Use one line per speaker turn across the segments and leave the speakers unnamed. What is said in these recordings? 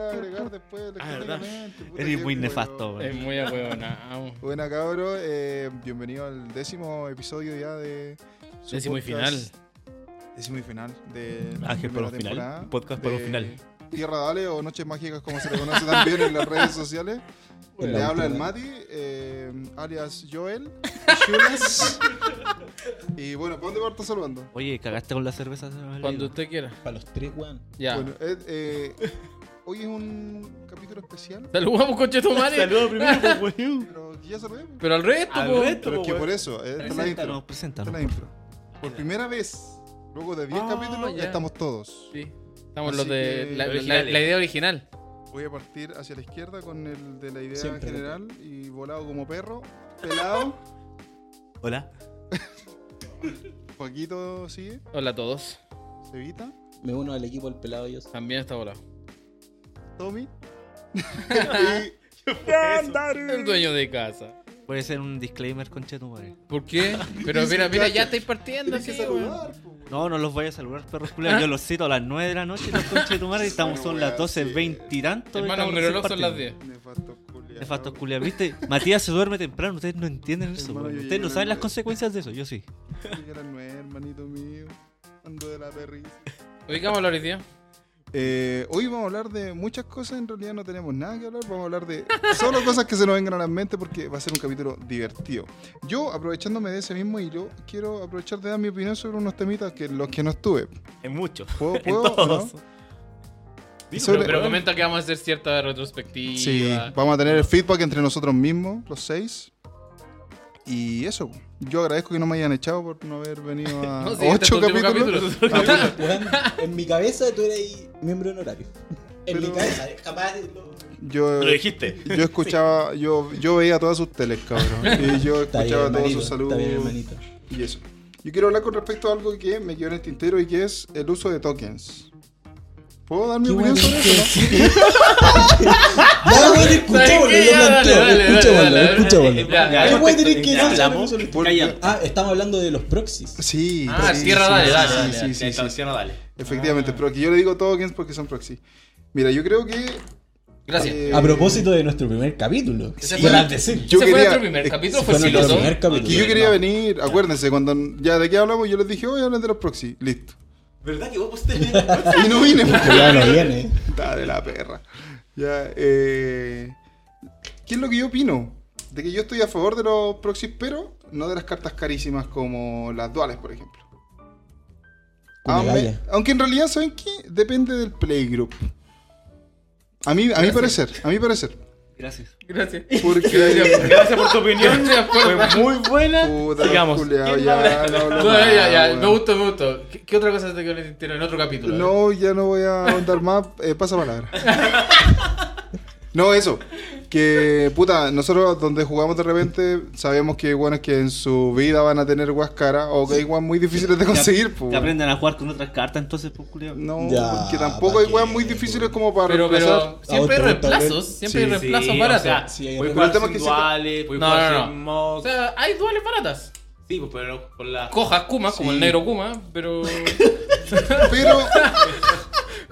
después
Ah, ¿verdad?
electrónicamente. puta,
Eres
qué
muy
weón.
nefasto, weón.
Es muy ahueonado.
Buena cabros, eh, bienvenido al décimo episodio ya de... su
Décimo y final.
podcast. Décimo y final de la
Ángel
primera
para un final.
temporada
un Podcast para un
de
final.
Tierra Dale o Noches Mágicas como se le conoce también en las redes sociales.
En
Le
la
habla el
última.
Mati, eh, alias Joel, Jules. y bueno, ¿para dónde parto saludando?
Oye, cagaste con la cerveza. ¿sabes?
Cuando usted quiera.
Para los tres, weón.
Ya.
Bueno, eh, eh, hoy es un capítulo especial,
Saludamos, conchetumare.
Saludos primero, pues, weón.
pero ya saludemos.
Pero al resto,
Al
po.
resto.
Pero es que
weón.
por eso, eh, esta es la intro.
Preséntanos,
Esta es la
preséntanos.
intro. Por primera vez, luego de 10
Ah,
capítulos,
ya.
estamos todos.
Sí. Estamos
Así
los de.
que-
La, la-
Originales.
la idea original.
Voy a partir hacia la izquierda con el de la idea
Siempre.
general y volado como perro, pelado.
Hola.
Joaquito sigue,
Hola a todos.
Cevita,
Me uno al equipo del pelado yo.
También está volado.
Tommy. y
El dueño de casa.
Puede ser un disclaimer, concha tu madre.
¿Por qué? Pero mira, mira, ya estáis partiendo.
tienes que
sí, weón.
saludar. po, weón.
No, no los voy a saludar, perros culiados. Yo los cito a las 9 de la noche, los concha de tu madre. y Estamos, son
Bueno,
las 12,
sí.
20 y tanto. y
Hermano,
estamos
mi
recién
reloj son las
partiendo.
10.
Nefasto culiao.
Nefastos culiados, ¿viste? Matías se duerme temprano, ustedes no entienden eso.
Hermano,
weón.
yo
ustedes
llegué
no
a
saben
las
las
nueve.
consecuencias de eso, yo sí.
Llegué a las nueve, hermanito mío. Ando de la perrisa.
Hoy qué vamos a hablar hoy día.
Eh, hoy vamos a hablar de muchas cosas, en realidad no tenemos nada que hablar, vamos a hablar de solo cosas que se nos vengan a la mente porque va a ser un capítulo divertido. Yo, aprovechándome de ese mismo hilo, quiero aprovechar de dar mi opinión sobre unos temitas que los que no estuve.
En muchos.
¿Puedo? puedo o no?
Pero,
Sobre-
pero comenta que vamos a hacer cierta retrospectiva.
Sí, vamos a tener el feedback entre nosotros mismos, los seis. Y eso, yo agradezco que no me hayan echado por no haber venido a
No, sí, este es tu
ocho
último
capítulos. Ah,
capítulo.
Weón, en mi cabeza tú eres miembro honorario. En
Pero-
mi cabeza, jamás. lo-
Yo,
dijiste.
yo escuchaba, yo, yo veía todas sus teles, cabrón. Y yo
Está
escuchaba
bien,
todos
hermanito,
sus saludos.
Está bien, hermanito.
Y eso. Yo quiero hablar con respecto a algo que me quedó en el tintero y que es el uso de tokens. ¿Puedo dar mi
Qué bueno
opinión sobre
que
eso? no?
Ya, weón, escuchémoslo,
qué? Ya,
yo
dale,
planteo,
dale, dale,
Escuchémoslo,
dale,
escuchémoslo.
Ya, ya.
¿Qué weón tenés que decir?
Hablamos.
Porque-
Calla.
Ah, estamos hablando de los proxies.
Sí.
Ah,
sí,
cierra,
sí,
dale,
sí, sí, sí,
dale, dale,
dale,
sí,
dale,
sí.
Cierra, dale.
Efectivamente,
Ah.
pero aquí yo le digo tokens porque son proxy. Mira, yo creo que.
Gracias.
eh,
A propósito de nuestro primer capítulo.
Ese
Por
fue-
antes, sí.
yo
Ese fue
quería-
nuestro primer
eh,
capítulo,
Fue
fue
nuestro
filoso.
primer capítulo.
Que yo quería venir, acuérdense, cuando ya de qué hablamos, yo les dije, voy a hablar de los proxy, listo.
¿Verdad que vos posteas?
Y no vine,
Que ya no viene. eh.
Puta de la perra. Ya, eh, ¿Qué es lo que yo opino? De que yo estoy a favor de los proxies, pero no de las cartas carísimas como las duales, por ejemplo.
Una
Aunque,
galla.
aunque en realidad, ¿saben qué? Depende del playgroup. A mí, a mi parecer, a mi parecer.
Gracias.
Gracias.
Porque.
Gracias por tu opinión.
Gracias por-
Fue muy buena.
Puta, los
Sigamos.
culiados,
¿Quién va a
ya,
hablar?
no hablo
No,
más,
ya, ya,
weón.
me gustó, me gustó. ¿Qué, qué otra cosa te quedó en el tintero? En otro capítulo. a ver.
No, ya no voy a ahondar más. Eh, pasa palabra. No, eso. Que, puta, nosotros donde jugamos de repente sabemos que, bueno, es que en su vida van a tener guas caras o que hay guas muy difíciles de conseguir, pues.
Que aprendan a jugar con otras cartas, entonces, pues, culiao.
No,
Ya,
porque tampoco hay
¿pa'
guas
qué?
muy difíciles como para
Pero,
reemplazar.
pero siempre hay
otro, otro,
reemplazos.
otro.
Siempre hay
Sí,
reemplazos
sí,
baratos.
O sea,
Sí, hay
voy a
otro. El
jugar
tema
sin
es que se-
duales, voy a
No,
eh, jugar
no, no.
sin mods.
o sea, hay duales baratas.
Sí, pues, pero con la.
Cojas Kuma, como
Sí.
el negro Kuma, pero.
Pero,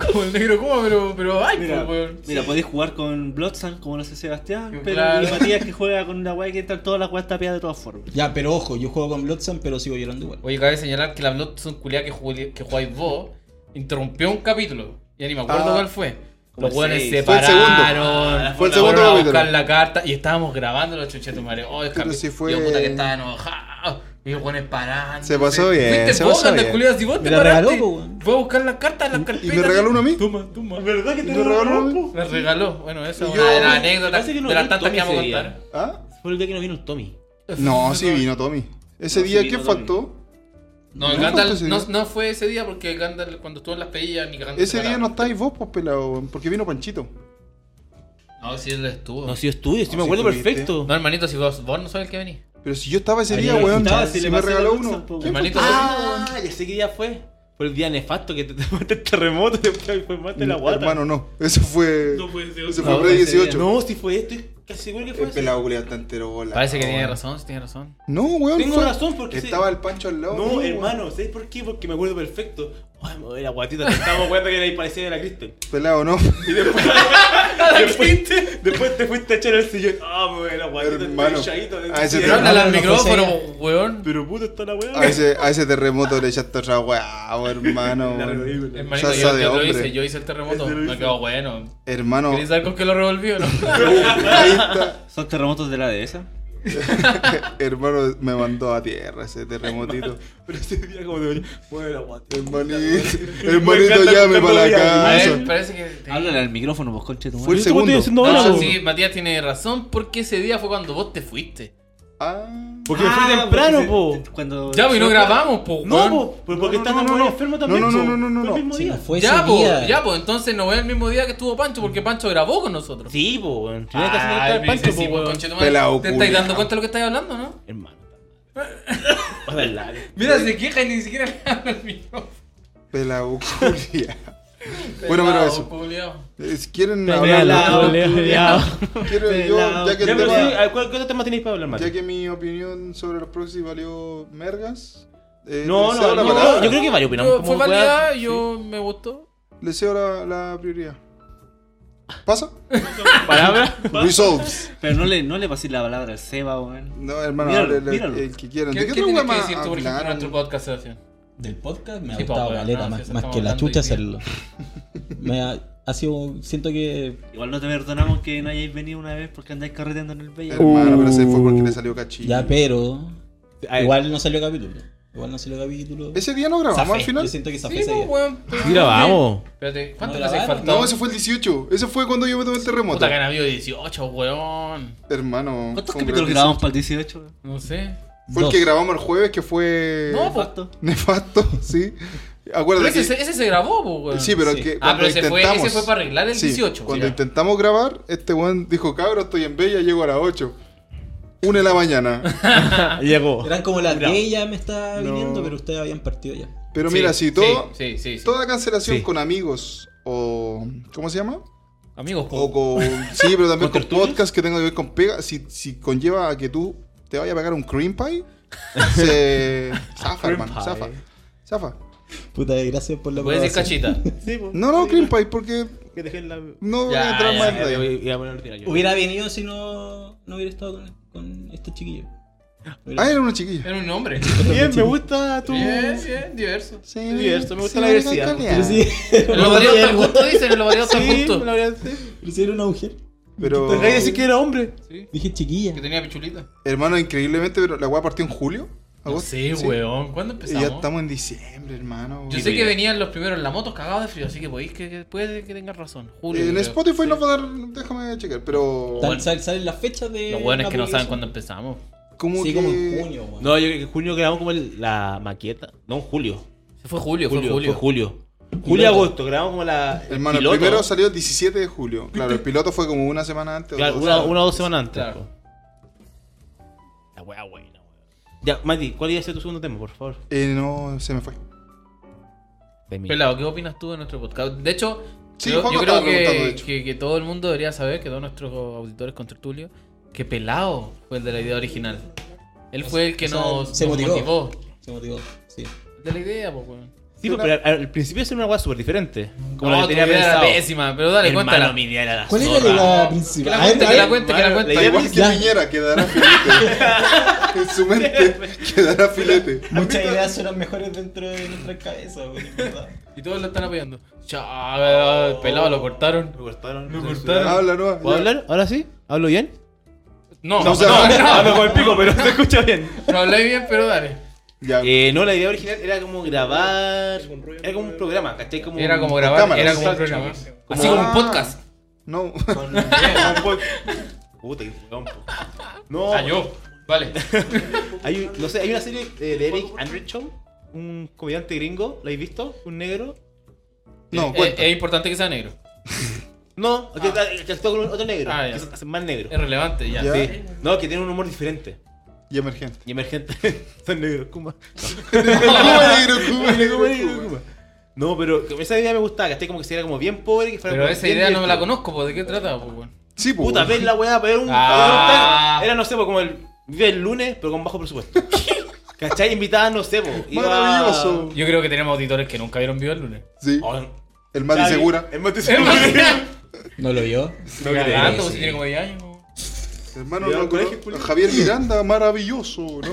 como el negro Kuma, pero, pero hay,
Mira,
po, Pues, weón.
mira, podéis jugar con Bloodsan, como lo hace Sebastián, pero
Claro.
y Matías que juega con una weá que entra en todas las weas tapiadas de todas formas.
Ya, pero ojo, yo juego con Bloodsun, pero sigo llorando igual.
Oye, cabe señalar que la Bloodstone culiá que, jugué- que jugáis vos interrumpió un capítulo. Ya ni me acuerdo
Ah.
cuál fue.
Como
Los
el
hueones
seis.
se
Fue el segundo. Ah,
pararon.
Fue el
fueron
segundo
a
capítulo.
buscar la carta y estábamos grabando los chuchetumares. Oh, el
Pero
capi-
si fue-
Yo puta que estaba enojado. Y los hueones parando.
Se pasó bien,
Fuiste
se
vos,
pasó
anda,
bien.
culiao, si vos te
Me la regaló,
paraste.
po, weón.
Fue a buscar las cartas, las carpetas.
¿y me regaló uno a mí?
Toma, toma.
¿Verdad que
¿Y me regaló uno a mí?
Me regaló. Bueno, esa
Y
es
yo-
una de las anécdotas
Parece que no
de las
vi
tantas
Tommy
que vamos a
ese día.
contar.
¿Ah?
Fue el día que no vino el Tommy.
No, sí vino Tommy. Ese
No, sí
día,
vino
¿qué
Tommy.
faltó?
No, el
¿No
Gandalf-
faltó ese
no,
día?
no fue ese día porque Gandalf cuando estuvo en las pedillas ni cagando. se
Ese día
paraba.
no estáis vos, pues, pelado, weón, porque vino Panchito.
No, sí, él estuvo.
No, si yo estudio, si
No,
me
sí
acuerdo
tuviste.
perfecto.
No, hermanito, si vos, vos no sabés el que venís.
Pero si yo estaba ese
Ahí
día,
no lo
weón,
juntaba,
si
si le
me
pasé la
regaló
bolsa,
uno.
po,
¿Quién
Hermanito,
Ah, ya sé qué día fue. Fue el día nefasto que te tomaste el terremoto y después fue más de la guata.
Hermano, no. Eso fue.
No puede ser.
Eso
No,
fue pre
ese día
18.
No, si fue esto, estoy casi seguro que fue
El
ese.
pelado culiao está entero bola.
Parece que
Ah,
tiene
weón.
razón, sí, tiene razón.
No, weón.
Tengo
fue-
razón, porque se-
Estaba el pancho al lado. mío,
No,
weón.
hermano, ¿sabes por qué? Porque me acuerdo perfecto. Ay, me duele la guatita, que estábamos weando que era parecida de la Crystal.
Pelado, no.
Y después,
la gente.
Después te fuiste a echar el sillón. Ah, me voy a la guayita,
Hermano,
estoy echadito de-
a ese Ah,
de-
Pero háblale al
no, no,
micrófono,
José.
weón.
Pero puto está la
A
weá.
ese, a ese terremoto le echaste otra weá, oh, hermano.
La
weón.
ridícula.
Hermanito,
Salsa
yo,
de
yo lo
hombre.
hice, yo hice el terremoto.
Ese lo
Me
hizo.
quedó bueno.
Hermano,
¿Queréis saber con qué lo revolví o no?
ahí está.
¿Son terremotos de la dehesa?
hermano, me mandó a tierra ese terremotito.
Pero ese día como te venía, mueve la guayita.
Hermanito,
Me
hermanito
encanta
llame
escuchar
para la
todavía.
A
casa.
ver, parece que. te-
Háblale al micrófono, vos, conche tu
Fue el
madre.
Yo te estoy
segundo.
diciendo ahora,
No,
po.
sí, Matías tiene razón porque ese día fue cuando vos te fuiste.
Ah.
Porque me
Ah,
fui temprano, po.
porque se- Cuando
Ya, pues y no grabamos, po.
No,
weón.
po. Pues porque
no,
estás
no,
tan
no,
weón
no.
enfermo
No,
también.
no, no,
po.
no, no, no,
Fue el
no.
mismo
Si no
día.
fue ese
Ya, po.
día.
Ya, po. Entonces no es el mismo día que estuvo Pancho porque Pancho grabó con nosotros.
Sí, po, weón. Tenía que hacer
Ay,
el
me dice,
pancho,
sí, pues,
po,
po,
weón.
conchetumare.
Pelao
Te estáis
culiao.
dando cuenta de lo que estáis hablando, ¿no?
Hermano. A ver, la.
Mira, se queja y ni siquiera le habla al micrófono.
Pelabuculia. bueno, pero
Pelao,
eso.
culiao.
Eh, si ¿Quieren hablar?
Pelao,
de otro-
pelao,
Quiero yo,
pelao.
ya que, el
Ya, pero
tema-
sí, ¿a cuál- ¿qué otro tema tenéis para hablar, Mati?
ya que mi opinión sobre los proxy valió mergas, eh,
No,
les cedo
no,
la
no,
palabra.
yo creo que varios opinamos.
Yo-
como
Fue
weá.
validada, yo me gustó.
Les cedo la, la prioridad. ¿Pasa?
Palabra.
Resolves.
Pero no le, no le paséis la palabra al Seba, weón.
No, hermano,
Míralo,
hable el-
míralo.
el que quieran.
¿Qué,
¿De
qué
qué, otro
tienes que
tema
decir tú, por ejemplo, en
hablaron?
nuestro podcast, Sebastián?
Del podcast me ha
Sí, po,
gustado
weón,
caleta,
no, si
más,
eso
más
estamos
que la
hablando hoy día.
chucha hacerlo. Me ha, ha sido. Siento que.
Igual no te perdonamos que no hayáis venido una vez porque andáis carreteando en el bello.
Hermano, pero se fue porque le salió cachillo.
Ya, pero.
A ver,
Igual no salió capítulo. Igual no salió capítulo.
¿Ese día no grabamos
Zafé,
al final?
Yo siento que esa
Sí,
ese
po,
día.
weón. pero-
Mira, vamos.
Espérate, ¿cuánto
No
le hace
grabaron.
falta?
No, ese fue el 18. Ese fue cuando yo me tomé el terremoto.
Puta que han habido 18, weón.
Hermano.
¿Cuántos
fue un
capítulos
gran
grabamos para el 18? weón?
No sé.
Fue el
Dos.
que grabamos el jueves, que fue
No, pues, po.
Facto.
nefasto, sí.
Pero
Acuérdate
ese,
que...
ese se grabó, po, weón.
Sí, pero
Sí.
que
Ah,
cuando
pero ese fue,
intentamos...
ese fue para arreglar el
Sí,
18.
cuando
mira.
intentamos grabar, este weón dijo, cabrón, estoy en Bella, llego a las 8. Una de la mañana.
Llegó.
Eran como las
Mira.
10 ya me está
No.
viniendo, pero ustedes habían partido ya.
Pero
Sí,
mira, si todo,
Sí, sí, sí.
toda cancelación
Sí.
con amigos o... ¿Cómo se llama?
Amigos, po.
O con... Sí, pero también
¿Con
con
tertulios?
podcast que tenga que ver con pega. Si, si conlleva a que tú te vayas a pagar un cream pie, se... Zafa,
Cream
hermano,
pie.
zafa. Zafa.
Puta, gracias por la
Voy a decir
aprobación.
cachita.
Sí, po.
No, no, cream pie, porque
Que dejé en la.
no voy
Ya,
a entrar
ya,
más en
ya,
detalle.
Voy a poner tira yo.
Hubiera venido si no, no hubiera estado con, con este chiquillo. Hubiera-
Ah, era una chiquilla.
Era un nombre.
Bien, me gusta tu.
Bien, bien, diverso.
Sí,
Diverso, me
sí,
gusta la
me
diversidad.
encanta.
Pero sí,
Los variados están juntos, dicen, los variados están
Sí, la
juntos.
verdad, sí.
pero sí era una mujer.
Pero,
Te dejáis decir que era hombre.
Sí,
Dije chiquilla.
que tenía pichulita.
hermano, increíblemente, pero la weá partió en julio.
No
agosto,
sé,
sí.
weón. ¿Cuándo
Y ya
empezamos?
estamos en diciembre, hermano.
Yo
weón.
sé que venían los primeros en la moto cagados de frío, así que podéis que, que puede que tengas razón. Julio.
En
creo.
Spotify
Sí.
nos va a dar. Déjame checar, pero.
Tal-
bueno.
sal- Salen las fechas de.
Los weones
la
que no saben
publicación.
cuándo empezamos.
Como que.
Sí, como en junio, weón.
No, yo creo que en junio grabamos como el- la maqueta. No, en julio.
Se fue julio,
Julio,
fue julio.
Fue julio. Julio
Piloto.
agosto, grabamos como la.
Hermano,
piloto.
el primero salió el 17 de julio. Claro, el piloto fue como una semana antes. o
Claro,
dos.
una, una o dos semanas antes.
Claro.
po. La wea buena, weón. Ya, Mati, ¿cuál iba a ser tu segundo tema, por favor?
Eh, no, se me fue.
De mí.
Pelado, ¿qué opinas tú de nuestro podcast? De hecho,
Sí,
creo- yo,
Juanjo
creo
estaba preguntando, de
que,
hecho.
que- que todo el mundo debería saber, que todos nuestros auditores con tertulio, que Pelado fue el de la idea original. Él fue el que
O sea,
nos,
se
nos
motivó.
motivó.
Se motivó, sí.
De la idea, pues, weón.
Sí, po, pero al, al principio era una wea súper diferente. Como
No,
la que tenía
tu idea era
pensado.
pésima, pero dale,
Hermano,
cuéntala.
mi idea era la
¿Cuál era
zorra.
la idea
Que
principal? Ah,
la
A ver,
cuente,
a
que la
ver,
cuente, que la
Da
hermano, la
cuente.
igual que
Ya.
Piñera, quedará filete. en su mente, quedará filete.
Muchas ideas son las mejores dentro de nuestras cabezas, güey.
Y todos lo están apoyando. Chao, Pelado, lo cortaron.
Me cortaron.
Lo
Sí, sí.
cortaron.
Habla, no.
¿Puedo hablar? ¿Ahora sí? ¿Hablo bien?
No,
No,
no,
o sea,
no, no,
Hablo con el pico, pero se escucha bien.
no hablé bien, pero dale.
Ya.
Eh, no, la idea original era como grabar. Era como un programa, ¿cachai? Como
Era como
un-
grabar,
cámaras.
era como un programa.
Como-
Así como un
Ah.
podcast.
No.
Puta, qué weón, po. No,
Ah, yo. Vale.
Hay, un- no sé, hay una serie eh, de Eric Andrichon, un comediante gringo, ¿lo habéis visto? ¿Un negro?
No,
Eh,
cuenta.
es importante que sea negro.
No, que, que actúa con un- otro negro,
Ah, ya.
que se hace más negro.
Es relevante, ya.
Ya.
Sí. No, que tiene un humor diferente
Y emergente.
y emergente. Son negros, Kuma.
Cuba negro, Cuba negro,
Kuma, negro,
Cuba.
Kuma. No, pero que esa idea me gustaba, que esté como que si era como bien pobre. Que fuera
Pero
como
esa
bien
idea no me la
divertido.
conozco, pues, ¿de qué trata? Pues, weón?
Sí, pues.
Puta, ver la weá, ver un.
Ah.
para ver un tal- Era, no sé, pues, como el. Vive el lunes, pero con bajo presupuesto. ¿Cachai? Invitada, no sé, pues. iba-
Maravilloso.
Yo creo que tenemos auditores que nunca vieron Viva el lunes.
Sí.
Oh,
El más
eh,
Xavi,
segura.
El Mati
Es
segura.
más-
¿No lo vio?
No
Cagando,
creo.
pues, si tiene como 10 años. ¿no?
Hermano,
Cuidado
no,
con
no,
ese culiao.
Javier Miranda, maravilloso, ¿no?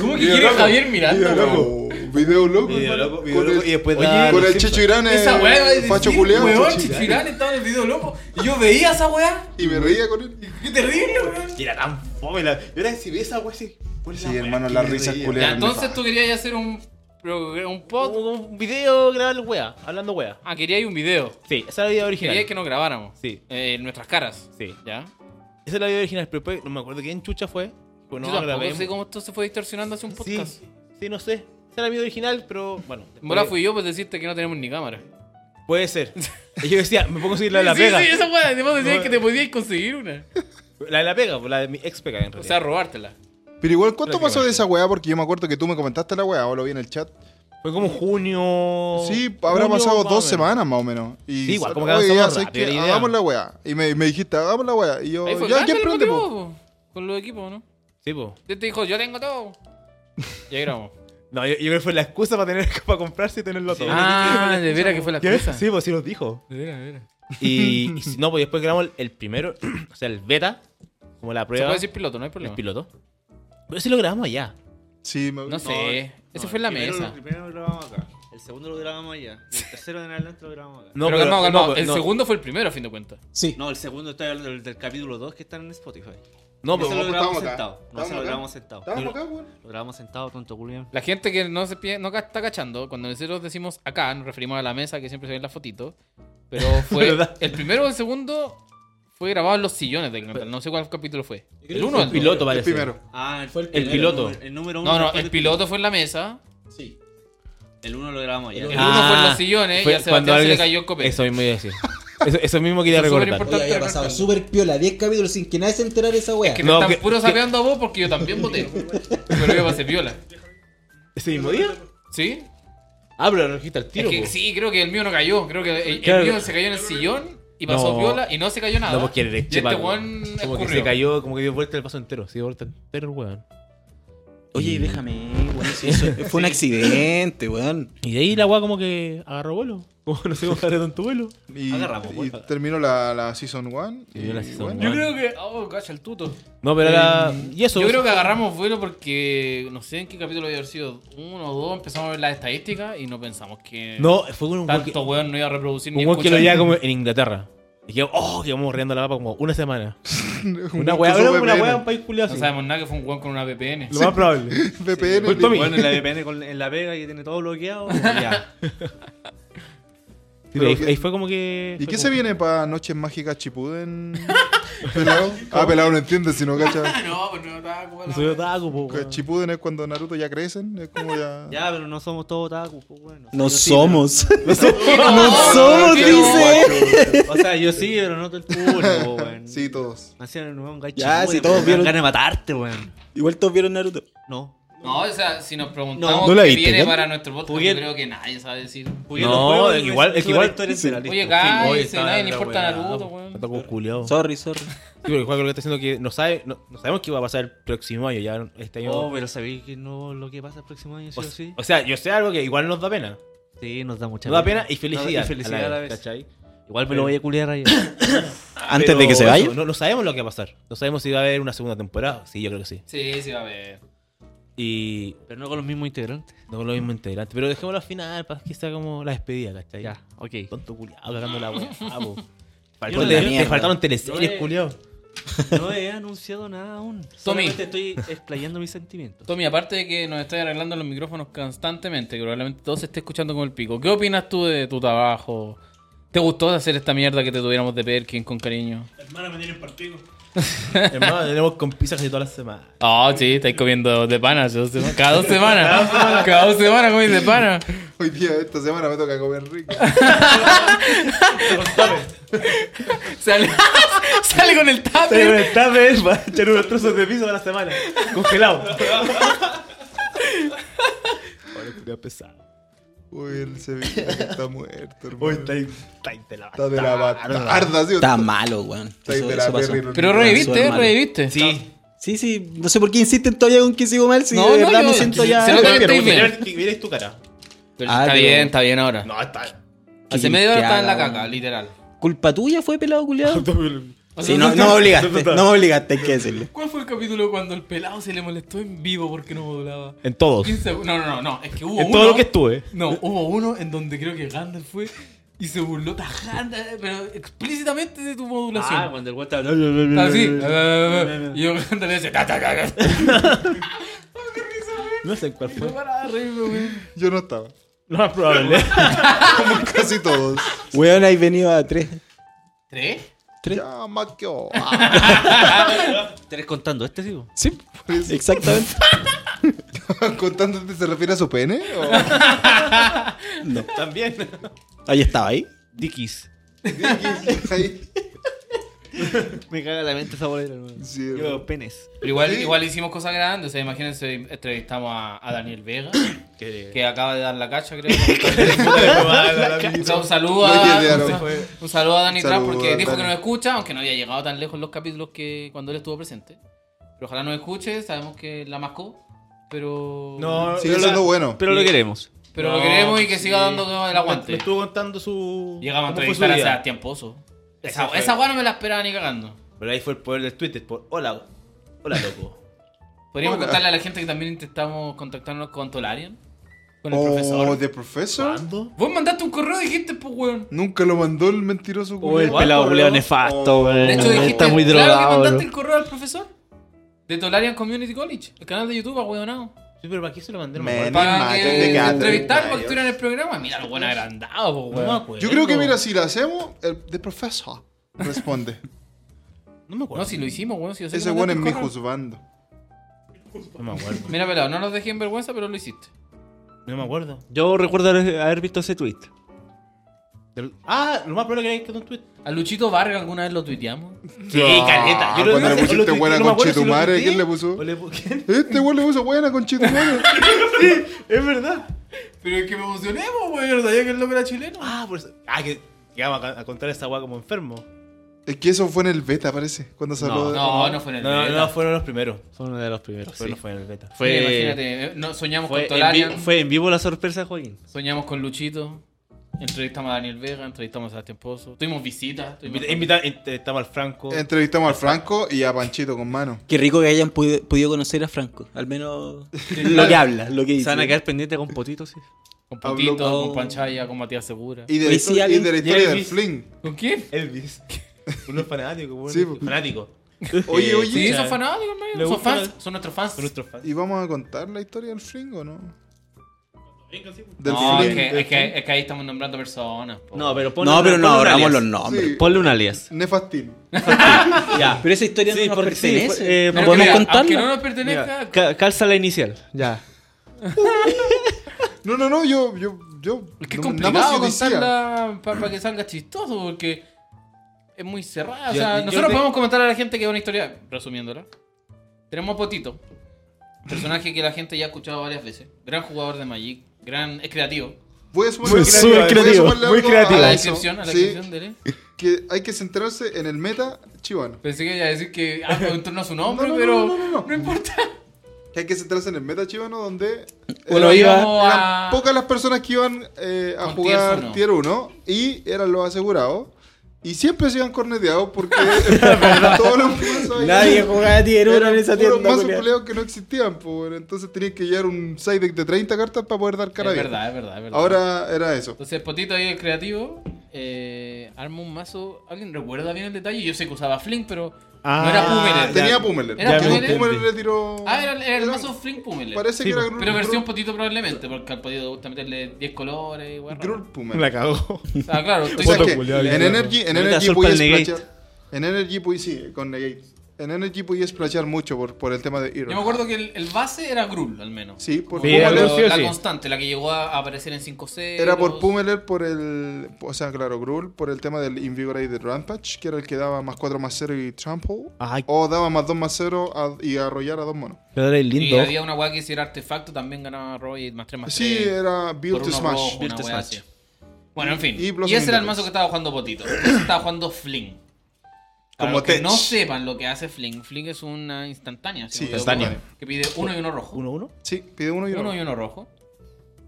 ¿Cómo que quiere Javier Miranda?
Video
weón?
loco. Video loco.
Video
hermano.
loco, video
Con
loco,
el-
y después
Oye,
da
Con
los
el
Simpsons.
Chicho Irán,
Esa
eh,
weá va a decir,
facho culiao,
weón,
Chicho Irán.
Chichirán estaba en el video loco. Y yo veía esa weá.
Y me reía con él.
Qué terrible, weón.
Y era tan fome. La... Yo era si veía esa wea así. ¿cuál es
Sí,
wea
hermano,
que
las
me
risas
reía?
culeras.
Ya,
Leandro
entonces
Fabio.
tú querías hacer un, prog- un pod.
Un, un video grabar wea, hablando wea.
Ah, querías un video.
Sí, esa es la idea original.
Querías que nos grabáramos.
Sí.
Eh, nuestras caras.
Sí.
¿Ya?
Esa es la idea original, pero después no me acuerdo quién chucha fue. Pues
Yo
no,
tampoco
grabé.
sé cómo esto se fue distorsionando hacia un
Sí,
podcast.
sí, no sé. Esa era la idea original, pero bueno. después-
Mola fui yo pues decirte que no tenemos ni cámara.
Puede ser. Y yo decía, me pongo a seguir la de la
sí,
pega.
sí, esa weá. Además decías
No.
que te podías conseguir una.
La de la pega, pues, la de mi ex pega
O
en realidad.
sea, robártela.
Pero igual, ¿cuánto
Espérate,
pasó de
bueno.
esa weá? Porque yo me acuerdo que tú me comentaste la weá, o lo vi en el chat.
Fue como junio.
Sí, habrá
junio,
pasado
más o
dos
menos.
semanas más o menos. Y
Sí, igual, como que
oye,
avanzamos
ya, ¿sabes
rápido
qué?
la idea.
Hagamos la weá. Y me, me dijiste, hagamos la weá. Y yo,
Ahí fue
ya,
grande
¿quién
el
prende, po?
motivo, po, Con los equipos, ¿no?
Sí, po.
Él te dijo, yo tengo todo. Y ahí grabamos.
No, yo, yo creo que fue la excusa para tener para comprarse y tenerlo todo.
ah, de veras que fue la
¿Qué?
cosa.
Sí, pues sí nos dijo.
De veras, de veras.
Y, y si no, pues después grabamos el, el primero, o sea, el beta, como la
Se
prueba,
puede decir piloto, no hay problema.
el piloto. Pero sí lo grabamos allá.
Sí, me...
No sé. Ese fue en la mesa.
El primero lo grabamos acá. El segundo lo grabamos allá. El tercero en adelante lo grabamos acá.
No,
pero, calmado, calmado.
no,
el
no,
segundo fue el primero, a fin de cuentas.
Sí.
No, el segundo está hablando del, del capítulo 2 que está en Spotify.
No,
ese
pero,
lo
estábamos
grabamos
acá.
sentado. No, ese
Estábamos acá.
lo grabamos sentado.
Estábamos acá, weón.
Lo grabamos sentado, tonto Julián.
La gente que no se pie- no ca- está cachando, cuando nosotros decimos acá, nos referimos a la mesa que siempre se ve en la fotito. Pero fue.
¿Verdad?
el primero o el segundo fue grabado en los sillones del Cantar. No sé cuál capítulo fue.
creo
El
que
uno o
fue
el
el
dos.
piloto
El
parece.
primero.
Ah, el,
Fue el
primero,
piloto.
número- El número uno.
No, no,
fue
el piloto fue en la mesa.
Sí.
El uno lo grabamos allá.
El
El
Ah,
uno fue en los sillones y
fue
a Sebastián se
alguien-
le cayó el copete.
Eso mismo iba a decir. Eso, eso mismo quería
Eso es súper
recordar.
importante.
Oye, había pasado súper piola. 10 capítulos sin que nadie se enterara de esa wea.
Que te
No,
están
que-
puro
que-
sapeando a vos porque yo también voté. Pero yo pasé viola.
¿Ese mismo día?
¿Sí?
Ah, pero lo registra el
Es
tiro.
que
po.
sí, creo que el mío no cayó. Creo que el, el
Claro.
mío se cayó en el sillón y pasó
No.
viola y no se cayó nada.
No, pues, porque eres
Y este
chepa,
weón
Como que
escurrió.
se cayó, como que dio vuelta el paso entero. Se dio vuelta entero el weón.
Oye, déjame, weón. si eso- Fue un accidente, weón.
Y de ahí la weá como que agarró vuelo. Como no sé cómo agarró tanto vuelo.
Y,
Agarramos,
y
weón.
terminó la, la Season 1.
Y dio la season one.
Yo creo que. Oh, cacha el tuto.
No, pero era. Y eso.
Em, Yo creo que agarramos vuelo porque no sé en qué capítulo había sido. Uno o dos. Empezamos a ver las estadísticas y no pensamos que.
No, fue con un weón que,
Tanto weón no iba a reproducir
un
ni
weón que
escuchar.
lo lleva como en Inglaterra. Y que, oh, que vamos riendo la papa como una semana. Una weá,
curso
era una
VPN.
weá en país culiado
No
así.
sabemos nada que fue un weón con una VPN.
Lo más probable.
VPN.
Fue el Tommy.
Bueno, en la VPN con- en la Vega que tiene todo bloqueado. pues, Ya.
Sí, ahí,
que-
ahí fue como que.
¿Y
fue
qué
como-
se viene para Noches Mágicas Chipuden? ¿Pelado? Ah, pelado no entiende, si no cacha.
No, pues no estaba como la-
Soy otaku, po, weón.
Chipuden es cuando Naruto ya crecen, es como ya.
Ya, pero no somos todos otaku, pues, bueno.
No
Yo sí,
somos.
No,
No somos,
qué
dice.
guacho.
pero- o sea, yo sí, pero no todo el público, pues, bueno.
Sí, todos.
Me hacían un gacho.
Ya, si todos vieron-
pues, ganas de matarte, weón.
Igual todos vieron Naruto.
No.
No, o sea, si nos preguntamos
No, no la
qué
viste,
viene
¿ya?
para nuestro podcast,
Jugué-
yo creo que nadie sabe decir.
Jugué
No,
los juegos y
igual-
me
es que igual-
sube la historia entera, listo.
Oye, cállese,
está
nadie le
la
importa
weá.
Naruto, weón.
Otaku culiao. Sí,
Sorry, sorry.
pero igual lo que está haciendo que no sabe, no, no sabemos qué va a pasar el próximo año. Ya este año.
Oh, pero sabéis que no lo que pasa el próximo año, sí
o,
o sí.
o sea, yo sé algo que igual nos da pena.
Sí, nos da mucha
Nos da pena y
Nos da-
felicidad.
y felicidad a la vez.
¿cachai?
Igual me
Pero-
lo voy a culiar ahí.
Antes
Pero
de que se
eso,
vaya.
No, no sabemos lo que va a pasar. No sabemos si va a haber una segunda temporada. Sí, yo creo que sí.
Sí, sí, va a ver.
Y
Pero no con los mismos integrantes.
no lo mismo integrante. Pero dejémoslo al final para que sea como la despedida, ¿cachai?
Ya, ok.
Tonto culiao, cagando la weá. ah, po.
Yo no
Faltó-
le-
Te
mierda.
faltaron
Yo
teleseries,
le-
culiao.
No he anunciado nada aún. Solamente estoy explayando mis sentimientos.
Tommy, aparte de que nos estoy arreglando los micrófonos constantemente, que probablemente todo se esté escuchando con el pico, ¿qué opinas tú de tu trabajo? ¿Te gustó hacer esta mierda que te tuviéramos de Perkin con cariño?
Hermana, me tienen partido.
Hermano, tenemos con pizza casi todas las semanas.
Ah, sí, estáis comiendo de panas dos sema- cada dos semanas. cada dos semanas comís de pana.
Hoy día, esta semana me toca comer rico.
Sale, sale con el
Se
tupper.
conectaba va a echar unos trozos de piso a la semana. Congelado. Ahora estoy pesado.
Uy, el Sevilla que está muerto, hermano.
Hoy está ahí. Está ahí de la
Está de la batarda, ¿sí? o
Está
no?
malo, weón.
Está ahí
Eso-
de la
eso pasó.
perri-
Pero
Su
reviviste, eh,
hermano.
reviviste.
Sí.
Sí, sí. No sé por qué insisten todavía con que sigo mal. Si
No,
de
no,
verdad
yo-
me siento
yo-
ya.
se nota que
Pero
estáis bien.
mirar- mirar tu cara.
Pero
Ah,
está
pero-
bien, está bien ahora.
No, está.
Hace
querís
media
que
hora estaba en la
haga,
caca,
weón?
literal.
¿Culpa tuya fue pelado culiado?
O sea,
Sí, no, no me obligaste, no me obligaste, hay que decirlo.
¿Cuál fue el capítulo cuando el pelado se le molestó en vivo porque no modulaba?
En todos.
15 No, no, no, no, es que hubo
En
uno.
todo lo que estuve.
No, hubo uno en donde creo que Gandalf fue y se burló tajante, pero explícitamente de tu modulación.
Ah, cuando el guata
Estaba así. ah, y yo Gandalf le dice. "Ta, ta, ta, ta".
No sé cuál
No paraba de reírme, güey.
Yo no estaba.
No es probable.
Como casi todos.
Weón, hay venido a tres.
¿Tres?
Ya, Maquio. Ah,
Tres contando este, sí. po.
Sí, exactamente.
¿Contándote se refiere a su pene? ¿O?
No.
También.
Ahí estaba, ahí.
Dickies.
Ahí.
Me caga la mente esa bolera, hermano.
Sí,
Yo, penes.
Pero igual,
Sí.
igual hicimos cosas grandes. O sea, imagínense, entrevistamos a, a Daniel Vega, que acaba de dar la cacha, creo. O sea, un saludo
No hay
a,
idea,
un
no.
sa- un saludo a Dani Trump
Saludo
porque
a
dijo que
Dani.
nos escucha, aunque no había llegado tan lejos en los capítulos que cuando él estuvo presente. Pero ojalá nos escuche, sabemos que la mascó, pero
Sigue siendo bueno.
Pero lo queremos.
pero
No, pues
lo queremos y que
sí.
siga dando el
Me
aguante.
estuvo contando su.
Llegamos a
cómo fue su
entrevistar a
día.
Sebastián Pozo. Esa,
Ese fue.
esa weá no me la esperaba ni cagando.
Pero ahí fue el poder del Twitter. Por, hola, hola, loco.
Podríamos
Hola.
contarle a la gente que también intentamos contactarnos con Tolarian, con el
Oh,
profesor.
The Professor.
Vos mandaste un correo y dijiste, pues,
Eh,
weón.
Nunca lo mandó el mentiroso
Oh,
O el
culiao.
pelado
Guapo,
culeo
weón.
nefasto,
Oh.
weón.
De hecho, dijiste,
Está muy
claro que
drogado,
mandaste
bro.
el correo al profesor de Tolarian Community College, el canal de YouTube, ahueonado.
Sí, pero ¿para qué se lo mandé? No
Me-
me acuerdo.
Para
imagen
que
de Catherine
entrevistar
Myers.
porque en el programa. Mira, lo buen agrandado, po,
No me
weón.
acuerdo.
Oh, Yo creo que, mira, si lo hacemos, el The Professor responde.
No me
No,
acuerdo.
si lo hicimos, weón. Si yo sé
Ese
que
weón es mi
mandaste el correo.
juzgando.
No me acuerdo.
Mira, pelado, no nos dejé en vergüenza, pero lo hiciste.
No me acuerdo.
Yo recuerdo haber haber visto ese tweet.
Del- Ah, lo más probable es que haya escrito un tweet.
A Luchito Vargas alguna vez lo tuiteamos.
Sí,
caleta.
Yo lo-
Ah, Cuando le
o lo
pusiste
tuiteé,
buena
Ah, no me acuerdo si lo
conchetumare,
tuiteé,
¿quién le puso?
o le pu- ¿Quién?
Este weón le puso buena con madre.
Es verdad.
Pero es que me emocioné, po, weón. Yo no sabía que el loco era chileno.
Ah, por eso. Ah, que llegamos a, a contar esta weá como enfermo.
Es que eso fue en el beta, parece. Cuando salió.
No, no fue en
No,
el
no,
beta.
no, fueron los primeros.
Fue uno de los primeros.
Pero
sí.
no fue en el beta.
Fue-
Sí, Imagínate, eh, no, soñamos
Fue
con
en, vi-
Tolarian,
fue en vivo la sorpresa de Joaquín.
soñamos con Luchito, entrevistamos a Daniel Vega, entrevistamos a Sebastián Pozo. Tuvimos visitas. tuvimos-
Invita- invita- Entrevistamos al Franco.
Entrevistamos al Franco y a Panchito con mano.
Qué rico que hayan pudi- podido conocer a Franco. Al menos lo
claro.
que habla, lo que
Se van a
dice.
quedar pendientes con potitos, sí.
Con
Habló
Putito,
con-
con Panchaya, con Matías Segura.
Y de la
Oye, sí,
historia, y
alguien-
de la historia del
Elvis.
fling.
¿Con quién?
Elvis. Unos fanáticos, weón.
Sí, pues.
fanáticos.
Oye,
Eh,
oye.
Sí,
Escucha,
son fanáticos, hermano.
le
Son
gusta
fans,
la-
son nuestros fans.
Son nuestros fans.
¿Y vamos a contar la historia del fling o no? Del
No, es
fling.
que, es, que, es que ahí estamos nombrando personas. po.
No, pero ponle
No,
una-
pero no
ponle un
ahorramos
alias.
los nombres.
Sí.
Ponle un alias.
Nefastín.
Ya.
Pero esa historia
Sí,
no nos
porque sí,
pertenece.
fue- eh,
no
Pero
podemos
mira, Aunque
contarla.
no nos pertenezca,
Mira, ca- calza la inicial. Ya.
No, no, no, yo. yo, yo
es que es
no-
complicado
yo decía.
contarla para que salga chistoso, porque es muy cerrada. O
Yo-
sea,
yo
nosotros
te-
podemos comentar a la gente que es una historia, resumiéndola. Tenemos a Potito, personaje que la gente ya ha escuchado varias veces. Gran jugador de Magic, gran, es creativo.
Voy a sumarle
Muy
algo-
súper
voy a
creativo,
sumarle
muy
algo
creativo.
A la
eso.
descripción, a la
Sí,
descripción de él. ¿eh?
que hay que centrarse en el meta chivano.
Pensé que iba a decir que ah, en torno a su nombre,
No, no, no,
pero
no, no, no.
importa.
Que hay que centrarse en el meta chivano donde
Uno
eh,
iba.
Íbamos a-
eran pocas las personas que iban eh, a
Con
jugar tier
tier
1 y eran los asegurados. Y siempre se iban corneteados porque todos los mazos ahí
Nadie jugaba tier uno
eran
en esa
puros
tienda.
mazos
culiao.
culiados que no existían. po, bueno. Entonces tenías que llevar un side deck de 30 cartas para poder dar cara
Es
bien.
verdad, es verdad, es verdad.
Ahora era eso.
Entonces, Potito ahí el creativo. Eh, arma un mazo. ¿Alguien recuerda bien el detalle? Yo sé que usaba Flink, pero. no
Ah,
era Pumeler.
ya.
Tenía Pumeler.
Era
porque
Pumeler.
Pumeler le tiró.
Ah, era, era el mazo Flink Pumeler.
Parece
Sí,
que era
po.
Grul.
Pero versión
Grul-
Potito probablemente, porque al Potito le gusta meterle 10 colores y guarra.
Grul Pumeler.
La cagó.
Ah, claro, estoy
O sea
Foto
que
culiao,
en
ya.
Energy, en
Ahorita
Energy
azul
puedes
para el Negate.
splashar. En Energy puedes, sí, con Negate. En Energy puedes splashar mucho por, por el tema de Hero.
Yo me acuerdo que el, el base era Grul, al menos.
Sí, por
Sí,
Pumeler.
era Grul, sí o
la
sí.
constante, la que llegó a aparecer en 5C.
Era por Pumeler, por el. O sea, claro, Grul, por el tema del Invigorated Rampage, que era el que daba más 4 más 0 y Trample.
Ay,
O daba más 2 más 0 a- y arrollar a dos monos.
pero eres
Y había una weá que hiciera artefacto, también ganaba Roy más 3 más 3.
Sí, era Build
Por
to
uno
Smash.
rojo, una
Virtus
wea
Smash.
así. Bueno, en fin.
Y
Y,
Blossom
ese era el
Interface.
mazo que estaba jugando Potito. Entonces estaba jugando Fling. Para
Como
los que
Tech.
no sepan lo que hace Fling, Fling es una instantánea. si
Sí,
no me
instantánea.
equivoco, Que pide uno y uno rojo.
¿Uno, uno?
Sí, pide uno y uno.
Uno y uno rojo.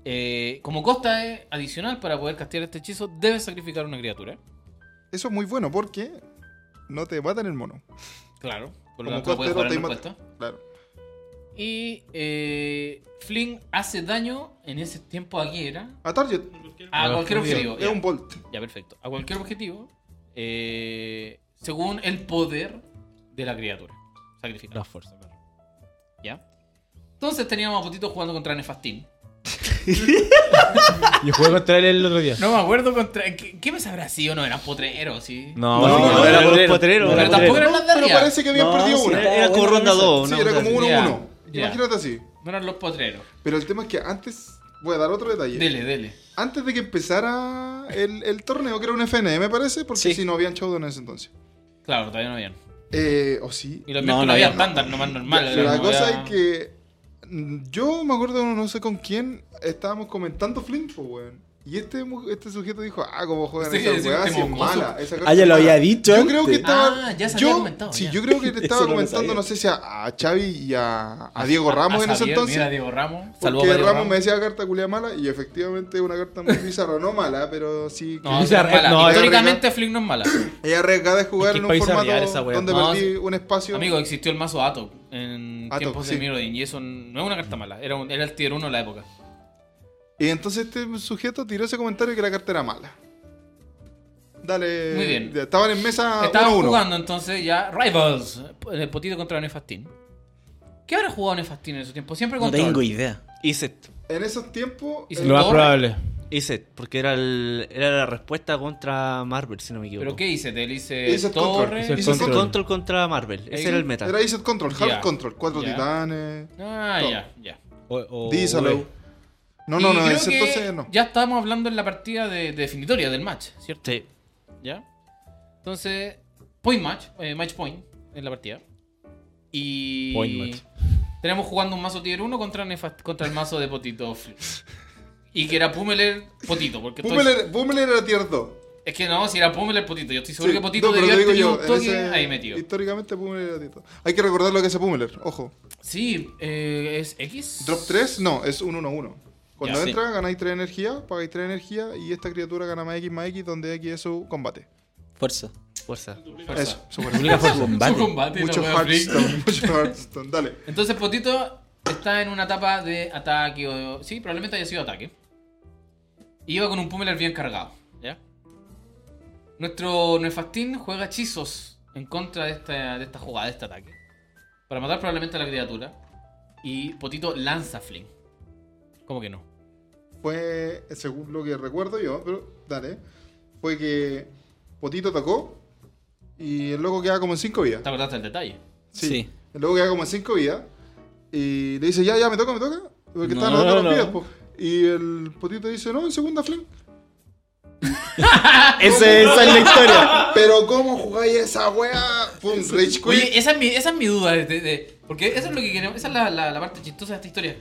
Eh, como costa eh, adicional para poder castear este hechizo, debes sacrificar una criatura.
Eso es muy bueno porque no te matan el mono.
Claro. Por lo
Como
tanto, puedes
costero
jugar
te
en
mata-
puesto.
Claro.
Y eh, Fling hace daño en ese tiempo a Quiera.
A target.
A
A
cualquier
cualquier
objetivo.
es
ya.
un bolt.
Ya, perfecto. A cualquier objetivo, eh, según el poder de la criatura. Sacrificar.
La fuerza, claro.
¿Ya? Entonces teníamos a Potito jugando contra Nefastín.
Yo jugué contra él el otro día.
No me acuerdo contra. ¿Qué, qué me sabrá si o no eran potreros? Sí.
No,
No,
sí,
no,
era
era
por
potrero.
potrero,
No,
era
era
Pero tampoco
potrero.
eran las
Pero
Darias.
parece que habían perdido
sí,
una.
estaba
Era como
buena
ronda
esa.
2,
Sí, era como 1-1. Uno,
Ya.
uno.
Ya.
Imagínate así.
No eran los potreros.
Pero el tema es que antes. Voy a dar otro detalle.
Dele, dele.
Antes de que empezara el, el torneo, que era un FN, me parece, porque
Sí.
si no habían showdown en ese entonces.
Claro, todavía no habían.
Eh, o sí.
Y los
No,
no, no
no
había
había.
estándar, nomás normal.
Ya,
era
la
como
cosa
ya-
es que mm, yo me acuerdo, no sé con quién, estábamos comentando Flint, pues, weón. Y este, mu- este sujeto dijo, ah, como juegan
Sí,
esas
sí,
weas,
este
si es
mocoso.
mala. esa cosa
Ah, ya
es
lo
mala".
había dicho.
Yo creo que
antes.
estaba.
Ah, ya se
yo,
había comentado,
Sí,
ya.
yo creo que te estaba
Eso no lo
comentando,
sabía.
no sé si a, a Xavi y a, a Diego
a-
Ramos
a
en ese
Xavier,
entonces.
Mira, Diego Ramos. Saludos
Porque
para Diego
Ramos
Ramos.
me decía carta culia mala y efectivamente es una carta muy bizarra, no mala, pero sí que
No,
Pizarro-
no, es mala.
no,
es
históricamente Flick no es mala.
es arriesgada de jugar
Es que
en un
país
formato
arriesgar esa wea.
donde
No,
perdí un espacio.
Amigo, existió el mazo Atok en
Atok,
tiempos de
sí.
Mirrodin y eso no es una carta mala, era, un- era el tier 1 de la época.
Y entonces este sujeto tiró ese comentario que la carta era mala. Dale.
Muy bien.
ya, Estaban en mesa
Estaban
1-1.
jugando entonces ya Rivals, el potito contra Nefastín. ¿Qué habrá jugado Nefastín en esos tiempos? Siempre
No
control.
tengo idea.
Iset.
En esos tiempos.
Y
eh,
se
Lo más
Torre.
probable.
Iset, porque era, el, era la respuesta contra Marvel, si no me equivoco.
¿Pero qué hice? Te hice
Hice control.
Torre.
Hice
Hice
control.
control.
Control contra Marvel, ese
Ahí
era el meta.
Era Iset Control, Half
Ya.
Control, cuatro
Ya.
titanes,
Ah,
Todo.
ya, ya.
O- o-
eh,
Disallow. No, no,
Y
no,
creo
ese
que
entonces no.
Ya estábamos hablando en la partida de, de definitoria del match, ¿cierto?
Sí.
¿Ya? Entonces, point match, eh, match point en la partida. Y.
Point match.
Tenemos jugando un mazo tier 1 contra, Nefast- contra el mazo de Potito. Y que era Pumeler Potito, porque estoy-
Boomeler Boomeler era tier 2.
Es que no, si era Pumeler Potito, yo estoy seguro
Sí,
que Potito
no, pero
debía
te
haber tenido
digo
un
yo, en
toque
ese-
ahí metido.
Históricamente Pumeler era tito. Hay que recordar lo que hace Pumeler, ojo.
Sí, eh, es X.
Drop 3, no, es 1-1-1. Cuando
Ya, sí.
entra, ganáis 3 energía, pagáis 3 energía y esta criatura gana más X más X, donde X es su combate.
Fuerza.
Fuerza.
Fuerza.
Eso, su
Su
Su
Ah, combate.
combate,
Mucho
la wea freak.
Hearthstone, mucho Hearthstone, dale.
Entonces Potito está en una etapa de ataque o... Sí, probablemente haya sido ataque. Y iba con un Pummeler bien cargado. ¿Ya? Nuestro Nefastín juega hechizos en contra de esta, de esta jugada, de este ataque. Para matar probablemente a la criatura. Y Potito lanza Fling. ¿Cómo que no?
Fue, según lo que recuerdo yo, pero dale, fue que Potito atacó y el loco queda como en 5 vidas.
Te acordaste del detalle.
Sí.
Sí.
El loco queda como en 5 vidas y le dice, ya, ya, me toca, me toca. Porque
No,
estaban las otras
no.
vidas, po. Y el Potito dice, no, en segunda fling.
Ese- esa es la historia.
Pero ¿cómo jugáis esa wea? Pum, Rage Quit.
Oye, esa es mi, esa es mi duda. de- de- de- porque eso es lo que queremos. Esa es la, la- la parte chistosa de esta historia.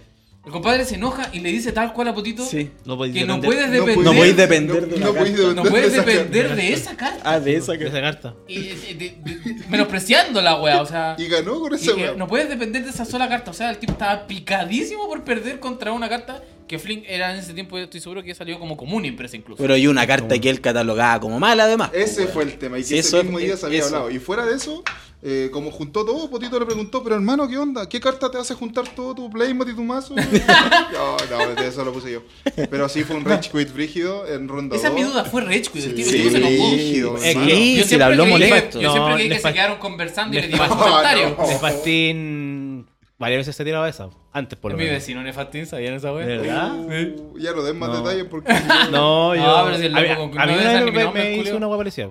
El compadre se enoja y le dice tal cual a Potito
Sí.
No podéis
que no
depender
puedes depender.
No podéis depender de una
no podéis
carta.
depender
No puedes
de esa
depender de esa carta.
Ah, de esa
de
que.
esa carta.
Y, y- de- de- menospreciando la wea, o sea.
carta. Y ganó con
y
esa
que
wea.
no puedes depender de esa sola carta. O sea, el tipo estaba picadísimo por perder contra una carta que Flink era en ese tiempo, yo estoy seguro que salió como común impresa incluso.
Pero hay una carta que él catalogaba como mala, además. pues,
Ese
weón.
fue el tema, y que
Sí,
ese
eso-
mismo día se había
eso.
hablado. Y fuera de eso, eh, como juntó todo, Potito le preguntó, pero hermano, ¿qué onda? ¿Qué carta te hace juntar todo tu Playmod y tu mazo? no, no, de eso lo puse yo. Pero sí fue un Rage Quit brígido en ronda
esa es mi
dos.
duda, fue Rage Quit,
Sí,
el tipo el tipo se enojó.
brígido,
Es
hermano.
que-
Yo
se
siempre
le habló
creí que-
molesto.
Yo siempre
No,
creí que
le
se
fal-
quedaron conversando y
le
le dimos
faltó-
comentarios.
Oh.
Nefastín varias veces se tiraba esa. Antes por lo
Mi
menos.
vecino Nefastín, ¿sabían esa wea?
¿De verdad?
Uh, ya no den más
No.
detalles porque.
No, yo.
Ah, pero si el
a,
loco
a-
con-
a mí una
no debe ser
vez
eliminado,
me,
pues,
hizo
Julio.
una hueá parecida.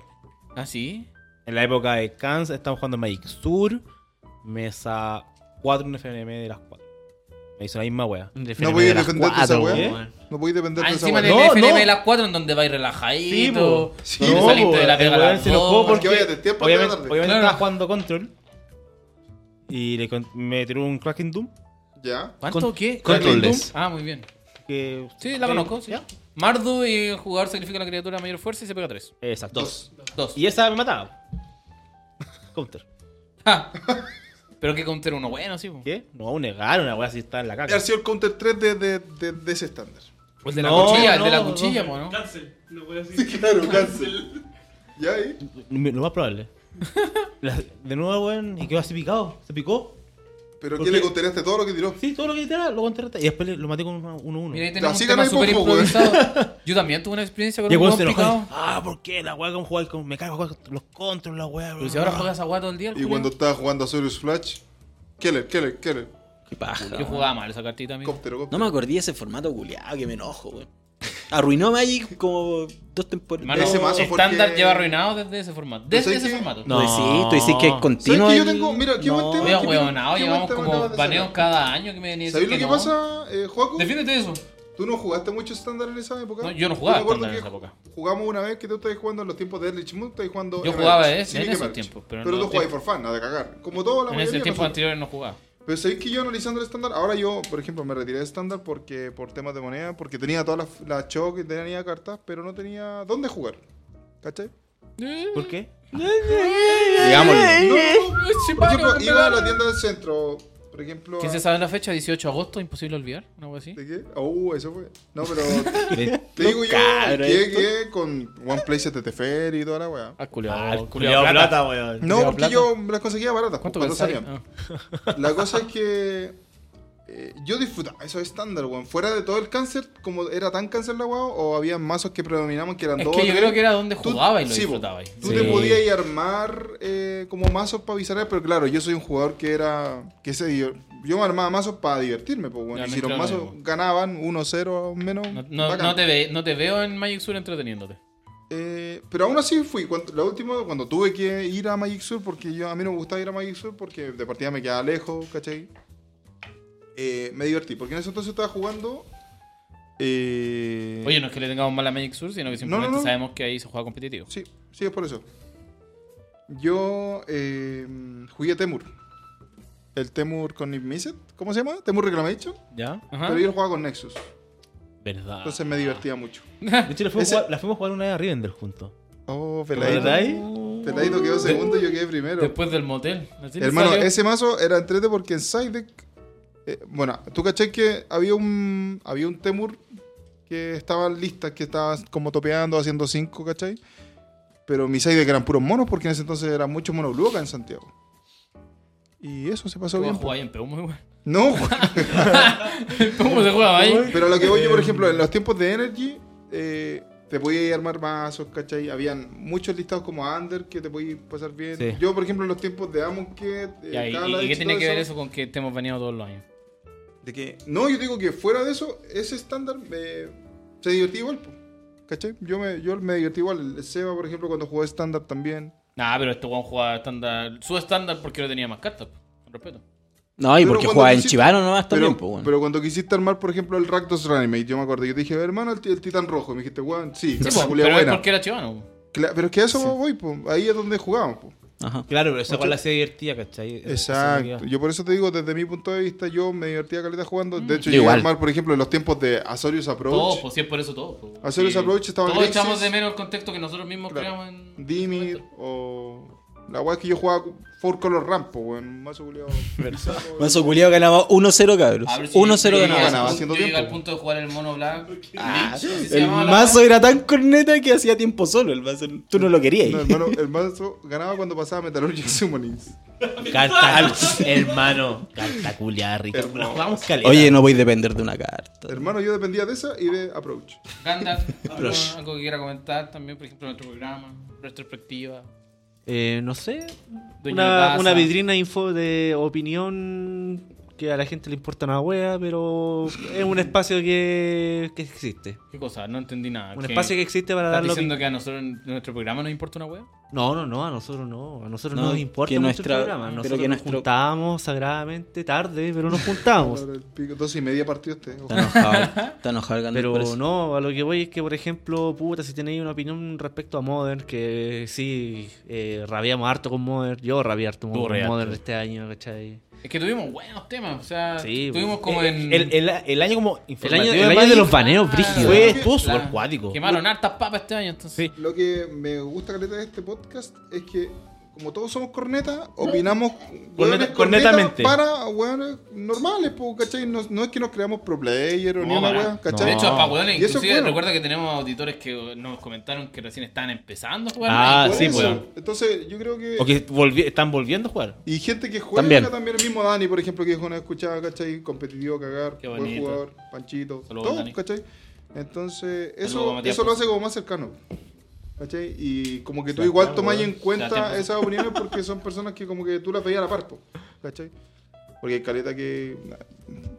¿Ah, sí?
En la época de Cans, estamos jugando en Magic Sur, mesa 4, un FNM de las 4. Me hizo la misma wea.
No podéis defender de esa wea.
weón.
No podéis defender
Ah,
de esa
encima
wea.
del
No,
FNM
no.
de las 4 en donde vais relajadito.
Sí,
donde
po.
saliste de la
el
pega a
weón
las
se enojó
dos.
Porque
porque
vaya, de tiempo a
obviamente,
la tarde.
obviamente
Claro.
estaba jugando Control y le con- me tiró un Cracking Doom
Ya.
¿Cuánto
Con-
qué?
Controlless.
Ah, muy bien.
que
Sí, la
que- eh,
conozco, sí.
¿Ya?
Mardu y el jugador sacrifica a la criatura a mayor fuerza y se pega 3.
Exacto.
Dos.
Dos.
Y esa me mataba. Counter.
Ja. Pero que counter uno bueno, sí. po.
¿Qué? No, negar una wea así está en la
Ha
caca.
sido el counter 3 de, de, de, de ese estándar.
O el de la
No,
cuchilla, el de la
no,
cuchilla, po, ¿no?
Cancel. No voy a decir.
Sí, claro, cancel. ¿Ya ahí?
Lo más probable. La- de nuevo, weón, y quedó así picado. Se picó.
¿Pero
¿Por
qué le
qué?
contestaste todo lo que tiró?
Sí, todo lo que literal lo contraté. Y después le- lo maté con un 1-1.
Mira, ahí tenemos
Así
un tema
ganáis
súper
poco, weón.
improvisado. Yo también tuve una experiencia con
Y el
un
weón
hueón
se enojó.
picado.
Ah, ¿por qué? La weá con jugar con. Me cago con los contras, la weá.
Pero si
bla,
ahora
bla.
juegas esa weá todo el día, el
Y
culiao.
cuando estaba jugando a Sirius Flash, Keller, Keller, Keller.
Qué paja.
Yo
weón.
jugaba mal esa cartita, amigo.
Cóptero,
No
cóptero.
me acordé de ese formato culiado que me enojo, weón. Arruinó Magic como dos
Hermano,
temporadas.
Ese mazo fue
estándar
que-
lleva arruinado desde ese formato. Desde
sabes
ese
qué?
formato.
No. pues Sí, tú decís que es
¿Sabes
continuo.
que yo
el-
tengo? Mira, qué buen tema.
Oye,
qué buen-
huevonao,
qué buen
llevamos
tema
como
acabas de
baneos
sacar.
cada año que me venía a decir
¿Sabéis lo que
no.
pasa, eh, Joaco?
Defiéndete de eso.
¿Tú no jugaste mucho estándar en esa época?
No, yo no jugaba
me acuerdo
estándar en
que
esa época.
Jugamos una vez que tú estabas jugando en los tiempos de Erlich Moon, estabas jugando.
Yo
Emerald,
jugaba ese-
Civic
en esos
Emerald.
tiempos,
Pero,
pero en
tú
los
jugabas por fan, nada de cagar. Como toda la
En
mayoría.
ese tiempo
nosotros.
anterior no jugaba.
Pero sabéis que yo analizando el estándar, ahora yo, por ejemplo, me retiré de estándar porque por temas de moneda, porque tenía todas las, las choc, tenía cartas, pero no tenía dónde jugar. ¿Cachai?
¿Por qué?
Digámoslo.
No, no, no.
Sí,
Por ejemplo,
mano,
iba a la tienda del centro, por ejemplo.
¿Quién
a-
se sabe la fecha? 18 de agosto, imposible olvidar. Una cosa así.
¿De qué? Oh, eso fue. No, pero. te digo yo, que, que con One Place TT Ferry y toda la weá.
Ah, culiao.
Culeado plata, weón.
No,
Cuidado,
porque
plata.
yo las conseguía baratas.
¿Cuánto
cuando
pensáis? Ah.
salían. La cosa es que eh, yo disfrutaba eso es estándar, weón. Fuera de todo el cáncer, como era tan cáncer la weá, o había mazos que predominaban que eran
Es
dos.
que yo
tres.
creo que era donde
Tú-
jugaba y lo
sí, po.
disfrutaba.
Tú
Sí.
te podías ir a armar eh, como mazos para avisar, pero claro, yo soy un jugador que era. que se dio- Yo me armaba mazos para divertirme, pues bueno.
Ya,
Y
me
si los
claro,
mazos
weón.
ganaban 1-0 o menos.
No, no-
bacán.
no te ve- no te veo en Magic Sur entreteniéndote.
Eh, pero aún así fui. Cuando, la última, cuando tuve que ir a Magic Sur, porque yo, a mí no me gustaba ir a Magic Sur porque de partida me quedaba lejos, ¿cachai? Eh, me divertí, porque en ese entonces estaba jugando. eh,
Oye, no es que le tengamos mal a Magic Sur, sino que simplemente
no.
sabemos que ahí se juega competitivo.
Sí, sí, es por eso. Yo eh, jugué a Temur. El Temur con Nick Mizzet, ¿cómo se llama? Temur Reclamation.
¿Ya?
Ajá.
Pero yo lo jugaba con Nexus.
Verdad.
Entonces me divertía mucho.
De hecho, la fuimos,
Ese-
a jugar- la fuimos a jugar una vez a Rivendell juntos.
Oh,
¿Verdad?
Pelaito. Pelaito quedó segundo y yo quedé primero.
Después del motel. Así le
Hermano,
salió.
ese mazo era entrete porque en side deck. eh, bueno, tú caché que había un. Había un Temur que estaba en lista, que estaba como topeando, haciendo 5, ¿cachai? Pero mis side deck eran puros monos porque en ese entonces eran muchos monos blue acá en Santiago. Y eso se pasó
¿Cómo
bien.
juega ahí en Peumo, igual?
No,
¿Cómo se juega ahí?
pero a lo que voy yo, por ejemplo, en los tiempos de Energy, eh, te podías armar mazos, ¿cachai? Habían muchos listados como Under que te podías pasar bien.
Sí.
Yo, por ejemplo, en los tiempos de Amonkhet, eh,
Ya, ¿Y,
Kaladesh
y, qué tiene
todo
que ver eso con que estemos baneados todos los años?
De que, no, yo digo que fuera de eso, ese estándar eh, se divertía igual. po. ¿Cachai? Yo me, yo me divertí igual. El Seba, por ejemplo, cuando jugó estándar también.
Nah, pero este weón jugaba estándar. Su estándar porque no tenía más cartas. Con respeto.
No, y
Pero
porque
cuando
jugaba en
quisiste-
Chivano
Ah,
nomás
Pero,
también, pues, weón.
pero cuando quisiste armar, por ejemplo, el Rakdos Reanimate, yo me acuerdo. Yo te dije, hermano, el, ti- el Titán Rojo. Y me dijiste, weón, sí,
Sí,
la
po,
culia
pero es
buena.
porque era chivano.
Cla- pero es que a eso voy, po. ahí es donde jugábamos. po.
Ajá.
Claro, pero esa cual la hacía divertida, ¿cachai? Esa- esa
Exacto.
realidad.
Yo por eso te digo, desde mi punto de vista, yo me divertía caleta jugando.
Mm.
De hecho,
Yo
llegué a
igual.
armar, por ejemplo, en los tiempos de Azorius Approach.
Todos, pues si es por eso todos. po.
Hacer ese
Sí.
approach estaba en
Todos
Grixis.
echamos de menos el contexto que nosotros mismos
Claro.
creamos en.
Dimir o. La weá es que yo jugaba Four Color Rampo, weón. Mazo culiao.
Mazo culiado ganaba 1-0, cabros.
A ver si
1-0
yo
ganaba.
llegué
ganaba.
al
Ganaba
punto-
haciendo
Yo llegué al
tiempo.
punto de jugar el mono black.
Ah,
Lich, así se
el
llamaba la
mazo
weá.
era tan corneta que hacía tiempo solo. El mazo, tú no lo querías.
No, hermano, el mazo ganaba cuando pasaba Metallurgic Summonings.
Carta, hermano. Carta culia, rica.
Hermoso.
La jugamos caleta.
Oye, no voy a depender de una carta.
Hermano, yo dependía de esa y de Approach.
Gandalf, algo, algo que quiera comentar también, por ejemplo, nuestro programa, retrospectiva.
Eh, no sé.
Dueño de
Una,
casa.
una vidrina info de opinión que a la gente le importa una wea, pero es un espacio que, que existe.
¿Qué cosa? No entendí nada.
Un
¿Qué?
espacio que existe para
¿Estás
darlo.
diciendo que a nosotros en nuestro programa nos importa una wea?
No, no, no, a nosotros no. A nosotros
No,
nos importa
que
mucho
nuestra-
el programa.
pero
Nosotros
que
nos
nuestro-
juntábamos sagradamente tarde, pero nos juntábamos.
Ahora el pico, Dos y media partido este. ojo.
Está enojado. Está enojado el Gandalf por
Pero
eso.
no, a lo que voy es que, por ejemplo, puta, si tenéis una opinión respecto a Modern, que sí, eh, rabiamos harto con Modern. Yo rabié harto
Tú
con
rabiaste.
Modern este año, ¿cachai?
Es que tuvimos buenos temas, o sea,
Sí, pues.
tuvimos
bueno.
como en...
Eh, El, el, el año como
El año,
informativo
el
de
año
Magic
de los baneos,
Ah,
brígido.
fue,
Claro.
estuvo súper
Claro.
cuático.
Quemaron hartas papas este año, entonces.
Sí.
Lo que me gusta caleta de este podcast es que como todos somos cornetas, opinamos
Corneta-
hueones
cornetamente.
para hueones normales, po, ¿cachai? No, no es que nos creamos pro player o ni
No,
una
para-
hueá, ¿cachai?
De hecho,
No.
para
Y
weones,
eso es
inclusive
bueno.
recuerda que tenemos auditores que nos comentaron que recién estaban empezando a jugar.
Ah,
Ahí,
Por
sí,
eso.
weón.
Entonces, yo creo que.
O que volvi- están volviendo a jugar.
Y gente que juega
También.
también, el mismo Dani, por ejemplo, que es una escuchada, ¿cachai? Competitivo, cagar,
Qué
buen
bonito.
jugador, Panchito,
Saludos,
todo,
Dani.
¿cachai? Entonces,
Saludos,
eso,
Matías
eso lo
Pozo.
hace como más cercano. ¿Cachai? Y como que tú igual tomás en
Gracias,
cuenta
Pozo.
esas opiniones porque son personas que como que tú las veías a la par, po, ¿cachai? Porque hay caleta que na,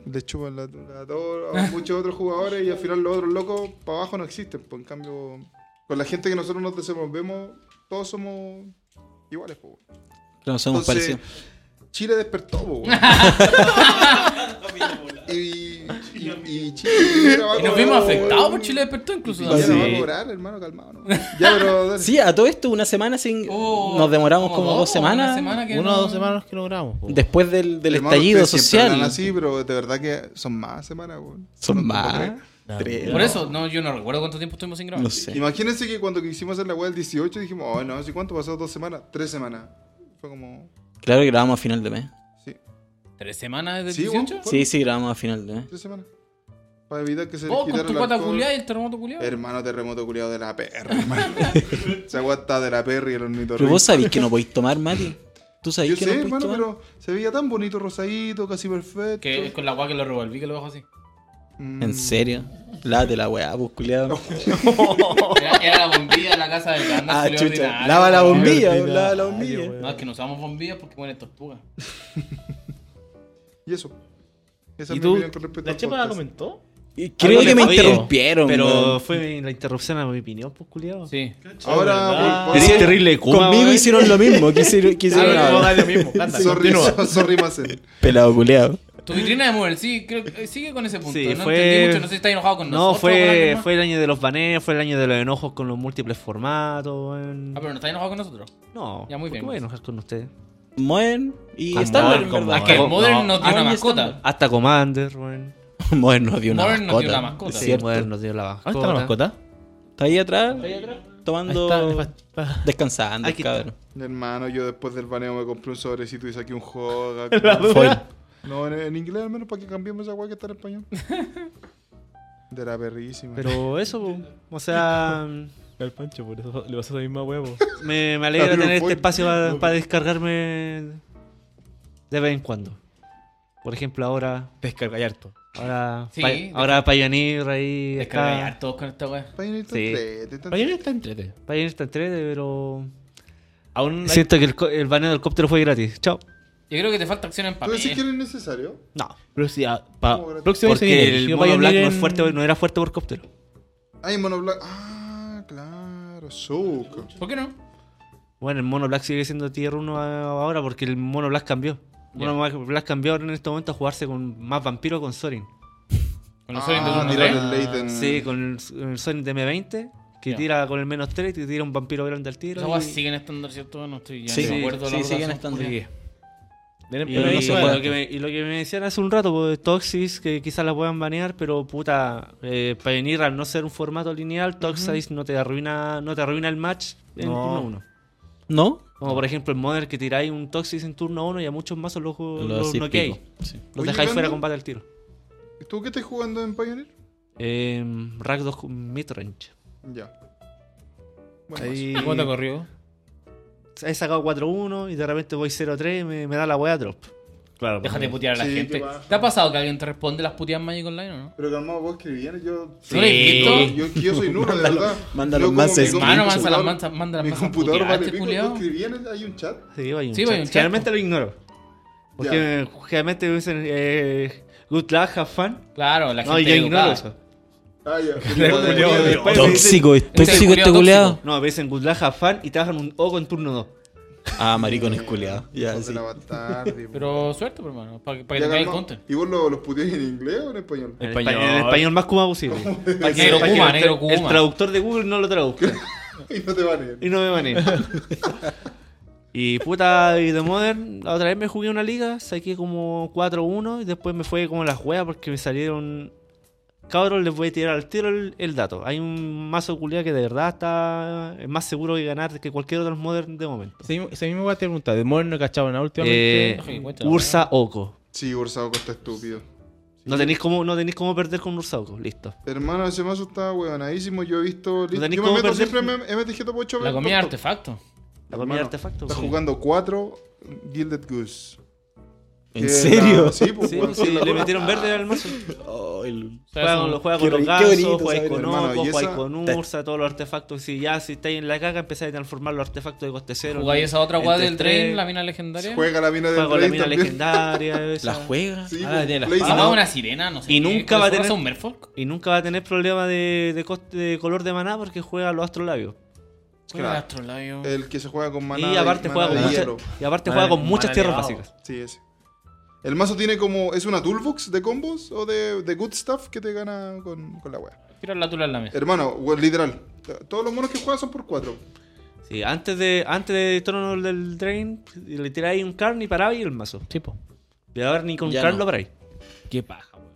le chupan la, la todo a muchos otros jugadores y al final los otros locos para abajo no existen. Pues en cambio, con la gente que nosotros nos desenvolvemos, todos somos iguales, po.
Pero no somos
Entonces,
parecidos.
Chile despertó, po, weón. y, y, y Chile.
Y nos vimos afectados por Chile despertó incluso.
Ya
Sí.
no va a cobrar, hermano, calmado. ¿no? Ya, pero. dale.
Sí, a todo esto, una semana sin.
Oh,
nos demoramos como, dos
una
semanas.
semana que
Una
no-
o dos semanas que no grabamos. po.
Después del, del
Hermano,
estallido
ustedes siempre
social.
hablan así, pero de verdad que son más semanas, weón.
Son
como
más.
tres.
Tres.
Por eso, no, yo no recuerdo cuánto tiempo estuvimos sin grabar.
No sé.
Imagínense que cuando quisimos hacer la weá el 18 dijimos, oh, no, sé cuánto pasó? ¿Dos semanas? ¿Tres semanas? Fue como.
Claro que grabamos a final de mes.
Sí,
¿Tres semanas desde el
Sí,
18?
¿Por?
Sí, sí, grabamos a final de mes.
tres semanas. Para evitar que se les
Vos Oh, con
quitara
tu
el
pata
alcohol.
culiada y el terremoto culiado.
Hermano terremoto culiado de la perra, hermano. Esa weá está de la perra y el ornitorrinco.
Pero vos sabés que no podéis tomar, Mati. Tú sabés
Yo sé,
que no podéis
hermano,
tomar.
pero se veía tan bonito, rosadito, casi perfecto.
Que es con la guay que lo revolví que lo dejo así.
Mm.
En serio. Lávate la weá, pues culiado.
Era, era la bombilla de la casa de Gandalf.
Ah,
culiao,
chucha.
ordinario,
Lava la
weón.
bombilla, weón, lava la bombilla.
No, es que no usamos bombillas porque mueren tortugas.
Y eso. Esa
¿Y
es
tú?
mi opinión con respecto
¿La
al
Chepa
podcast.
comentó?
Y Creo
Algo
que
le
me
jodió,
interrumpieron,
Pero
weón.
fue la interrupción a mi opinión, pues, culiado.
Sí.
Ahora,
¿verdad?
por- por-
Eres terrible, Kuma,
Conmigo
weón.
hicieron lo mismo. Quisieron, quisieron
Ah, no,
nada.
da lo mismo. Canta,
sorry,
continúa.
sorry, Masen.
Pelado culiado.
Tu vitrina de Mover, sí, creo que eh, sigue con ese punto.
Sí,
no
fue-
entendí mucho, no sé si está enojado con
No,
nosotros. con alguien
fue,
más.
fue el año de los baneos, fue el año de los enojos con los múltiples formatos. weón.
Ah, pero no está enojado con nosotros.
No,
Ya, muy
¿por qué
bien.
voy a enojar con ustedes?
Modern y
Con
Star Wars,
Modern, con
Es
Ah,
que
no,
Modern
no.
nos dio
Ah,
una
ya
mascota.
está.
Hasta Commander, weón.
Modern nos dio una
Modern
mascota.
nos dio la mascota.
es
Sí,
cierto.
Modern nos dio la mascota.
¿Dónde está la mascota?
Está ahí atrás,
Ahí
tomando...
está, nefa-
Descansando,
Aquí está.
cabrón.
Hermano, yo después del baneo me compré un sobrecito y saqué un joga.
Foil.
No, en, en inglés al menos para que cambiemos esa weá que está en español. De la perrísima.
Pero eso, po, o sea,
Al Pancho, por eso le pasó la misma huevo.
me, me alegra
Abrió
tener
full.
este espacio para descargarme de vez en cuando. Por ejemplo, ahora,
Descarga y harto.
ahora,
Sí,
Pa-
de-
ahora Pioneer ahí
Descargar
está.
todos con esta weá.
Pioneer está
Sí.
entrete, está
Mañana está entrete.
Pioneer está en 3D, pero
Aún hay-
siento que el, co- el baneo del cóptero fue gratis. Chao.
Yo creo que te falta acción en
¿Tú
papel.
decís que no es necesario?
No,
Pero sí, ah, pa-
¿Cómo gratis?
próximo año se viene,
porque el
Giro
mono
Pioneer
black no, es
en-
fuerte, no era fuerte por cóptero.
Ay, Mono Black. Ah, claro. Soca.
¿Por qué no?
Bueno, el mono black sigue siendo tier 1 a- ahora porque el mono black cambió. El mono black cambió ahora en este momento a jugarse con más vampiro con Sorin.
Con los Sonic de
Ah,
turno
tirar
tres.
el Leiden.
Sí, con el, el Sonic de M20, que
Ya.
tira con el menos 3 y te tira un vampiro grande al tiro.
Esas weas
y-
siguen estando, ¿cierto? No estoy ya
Sí,
no
sí,
me acuerdo la
sí,
verdad,
siguen
son
estando.
culiadas.
Miren,
y-
pero no
y
se
bueno,
puede.
que me- y lo que me decían hace un rato, pues, de Toxis, que quizás la puedan banear, pero puta, eh, Pioneer al no ser un formato lineal, Toxis no te arruina no te arruina el match en
No.
turno 1.
¿No?
Como por ejemplo en Modern que tiráis un Toxis en turno 1 y a muchos mazos los, los,
Lo así
noqueáis.
pico, sí.
Los
Oye,
dejáis fuera de
Brandon.
combate al tiro.
¿Tú qué estás jugando en Pioneer?
Eh, Rack 2 midrange.
Ya. Bueno,
Ahí
¿Cuánto corrió?
he sacado 4-1 y de repente voy 0-3 y me, me da la wea drop.
Claro.
Déjate putear a la
Sí,
gente.
qué baja.
¿Te ha pasado que alguien te responde las puteadas en Magic Online o no?
Pero calmado, vos escribían, yo.
¿Tú lo has visto?
Yo, yo soy nulo, de
Mándalo-
verdad.
mándalo
Yo como
más
mi
es-
computador-
Mano, manda las manzas, manda las
Mi
manzas
computador
puteadas,
vale
este
pico.
culiao.
¿Tú escribían? ¿Hay un chat?
Sí, voy un
Sí,
chat.
hay un chat,
Generalmente
po.
lo ignoro. Porque
Ya.
eh, generalmente me dicen eh, good luck, have fun.
Claro, la
No,
gente
yo ignoro
educada.
eso.
Ah, ya.
Después me dicen-
Tóxico, es
Este
tóxico este
culiao
culeado.
No, me dicen good luck, have fun y te bajan un O con turno 2.
Ah, maricón es culeado. Ya,
Vos
sí.
de la bastardi, po.
Pero suerte, pues, hermano, para que, para que
Ya,
te caiga el Eh.
calmado.
content.
¿Y vos lo- los puteas en inglés o en español?
En
Español.
español, en español más Kuma posible. Para que-
Negro
para que
Kuma,
el tra-
negro Kuma.
El traductor de Google no lo traduzca.
y no te van
Y no me manejo. y puta, y de Modern, la otra vez me jugué una liga, saqué como 4-1 y después me fue como las weas porque me salieron Cabros, les voy a tirar al tiro el, el dato. Hay un mazo culiado que de verdad está es más seguro que ganar que cualquier otro Modern de momento.
Ese mismo- ese mismo va a te preguntar. De Modern no he cachado nada últimamente.
Eh,
Ojo, encuentra la
Ursa Oco.
Sí, Ursaoco está estúpido.
No tenéis cómo, no tenéis cómo perder con Ursa Oco. Listo.
Hermano, ese mazo está huevonadísimo. Yo he visto. Yo me
tenés
meto
cómo perder-
siempre en MTG Top 8.
La comida de artefacto.
La comida de
Hermano,
artefacto.
Está
sí.
jugando 4 Gilded Goose.
¿En
Que
serio?
la- Sí, pues,
Sí,
weón,
sí,
sí, la-
le metieron verde al mazo.
Oh, el-
O sea,
Juega
es
con,
un-
lo juega
qué
con los
rico, qué
gansos,
bonito
juega
saber,
con
hermano,
Oco,
y
juega
esa-
con Ursa, todos los artefactos. Si ya si estáis en la caga, empezáis a transformar los artefactos de coste cero.
¿Jugáis esa otra guada
entre
del
tres,
tren, la mina legendaria?
Juega la mina del
Juega con la
rey
mina
también.
legendaria. esa.
La juega.
Sí,
Ah,
pues,
tiene las
Blaze
Ah,
no.
no, una sirena, no sé.
Y
qué.
nunca va a tener-
¿Es un Merfolk?
Y nunca va a tener problema de, de coste- de color de maná porque juega los astrolabios.
Juega
Claro.
Astrolabio.
El que se juega con maná.
y aparte
maná
juega
de
con, mucha-
hielo.
y aparte
Maná
juega con
de-
muchas
maná
tierras
elevado.
básicas.
Sí, ese. El mazo tiene como. ¿Es una toolbox de combos o de, de good stuff que te gana con, con la wea?
Tira la tula en la mesa.
Hermano, we- literal. Todos los monos que juegas son por 4.
Sí, antes de antes de Trono del Drain, le tiráis un Karn y paraba y el mazo.
Tipo.
Y ahora ni con
Ya
Karn
no.
lo paráis.
Qué paja, weón.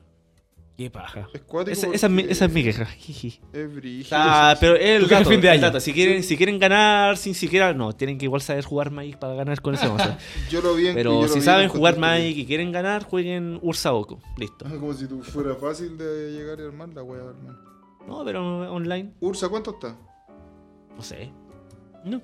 Qué paja.
Es cuático.
Esa, esa es mi,
porque
esa es mi queja. jiji.
Es brígido.
Ah, pero es el
Tu queja
dato,
fin de
el
año.
dato. Si quieren, si quieren ganar sin siquiera. No, tienen que igual saber jugar Magic para ganar con ese mazo.
Yo lo vi en yo
Pero
lo vi
si
en
saben
los
jugar
contenidos.
Magic y quieren ganar, jueguen Ursa Oco. Listo.
Ah, Como si tú fuera fácil de llegar y armar la wea, hermano.
No, pero online.
Ursa, ¿cuánto está?
No sé.
eh,
No.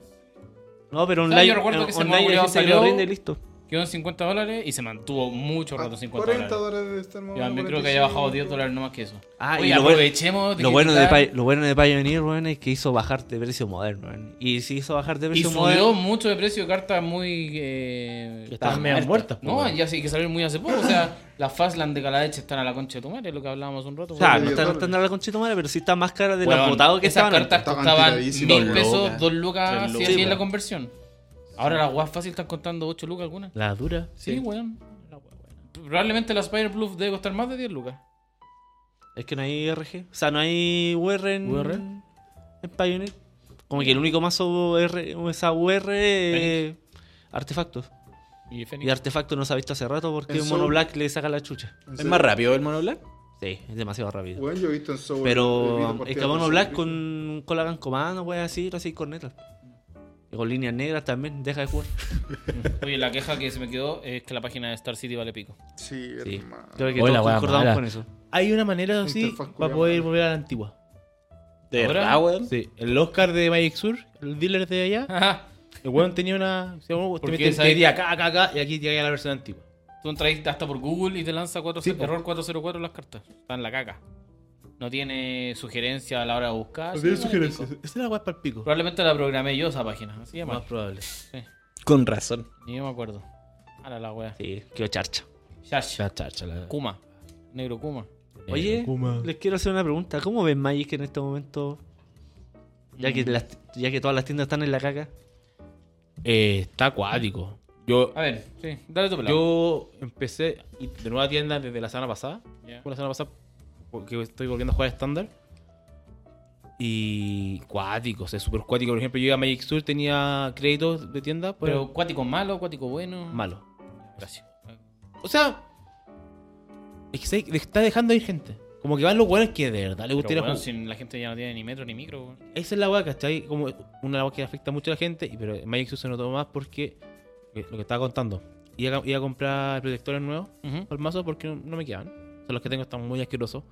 No, pero
sea,
online.
Ah, yo recuerdo que ese mono
online
culiao
dijiste que
salió-
lo rinde y listo.
Quedó en 50 dólares y se mantuvo mucho rato
Ah,
en 50
40
dólares.
dólares de estar más
Yo
o menos,
también creo que haya bajado 10
45.
dólares no más que eso.
Ah,
Oye,
y lo bueno-
aprovechemos
Lo bueno, de
digitar.
Pi- lo bueno de Pioneer, weón, es que hizo bajar de precio moderno, weón. Y si hizo bajar de
Y
precio
subió
moderno.
mucho de precio de cartas muy. Eh,
Que estaban medias muertas, po,
No,
weón.
ya sí que salieron muy hace poco. O sea, las Fastland de Caladeche están a la concha de tu madre, es lo que hablábamos un rato.
O sea,
weón.
no
Medio
está
dólar.
tratando la conchita madre, pero sí está más cara de
Weón,
lo agotado que
esas
estaban.
cartas
Estaban
costaban
tiradísimas,
mil
weón.
pesos,
Lucas.
dos lucas,
Tres
si
lucas.
hacían
Sí,
la
weón.
conversión. Ahora las guas fácil están contando 8 lucas algunas.
La dura.
Sí, weón. La wea buena. Probablemente la Spider Bluff debe costar más de 10 lucas.
Es que no hay RG. O sea, no hay UR en,
UR.
en Pioneer. Como que el único mazo UR, o esa UR es eh, artefactos.
Y
Y
Fénix.
artefactos no se ha visto hace rato porque
En
Mono
Soul-
Black le saca la chucha.
¿En
¿Es
serio?
más rápido el mono black?
Sí, es demasiado rápido.
Weón, yo he visto en Soul. he
Pero
visto
el
partidas
Mono
de
Black
Soul.
con Colagan Comando, wey, así, lo así con netas. Y con líneas negras también, deja de jugar.
Oye, la queja que se me quedó es que la página de Star City vale pico.
Sí,
Sí.
hermano.
Creo que
Hola,
todos
wea
concordamos
mala.
con eso.
Hay una manera así
Interfaz culiao,
para poder
madre.
volver a la antigua.
¿De
¿Ahora?
verdad, weón?
Sí, el Oscar de Magic Sur, el dealer de allá,
Ah.
Ajá.
el weón tenía una. Se llama, te
Porque
meten-
esa-
te metía acá, acá, acá, y aquí llega la versión antigua.
Tú entras hasta por Google y te lanza 40
Sí, po.
error 404 las cartas. Está en la caca. No tiene sugerencia a la hora de
Ah,
buscar.
No
Sí, vale pico.
Esa es la weá para el pico.
Probablemente la programé yo esa página. Así de
Más
mal.
probable.
Con razón.
Ni yo me acuerdo. Ahora la wea.
Sí, quedó charcha.
Shash.
Ya, chacha, la.
Kuma. Negro Kuma.
Oye, les quiero hacer una pregunta. ¿Cómo ven Magic en este momento? Ya que, las- ya que todas las tiendas están en la caca.
Eh, está acuático. Yo,
A ver, sí. Dale tu pelado.
yo empecé y de nueva tienda desde la semana pasada.
Ya.
Fue la semana pasada porque estoy volviendo a jugar estándar. Y cuático, o sea, súper cuático. Por ejemplo, yo iba a Magic Sur, tenía créditos de tienda, pero
Pero cuático malo, cuático bueno.
malo.
Gracias.
O sea, es que se le está dejando ir gente. Como que van los buenos que de verdad les
Pero,
gustaría
weón,
jugar.
si la gente ya no tiene ni metro ni micro. weón.
Esa es la weá, ¿cachai? Como una weá que afecta mucho a la gente, y- pero en Magic Sur se notó más porque eh, lo que estaba contando. Iba a, iba a comprar protectores nuevos
Ujú.
al mazo porque no, no me quedan. O sea, los que tengo están muy asquerosos.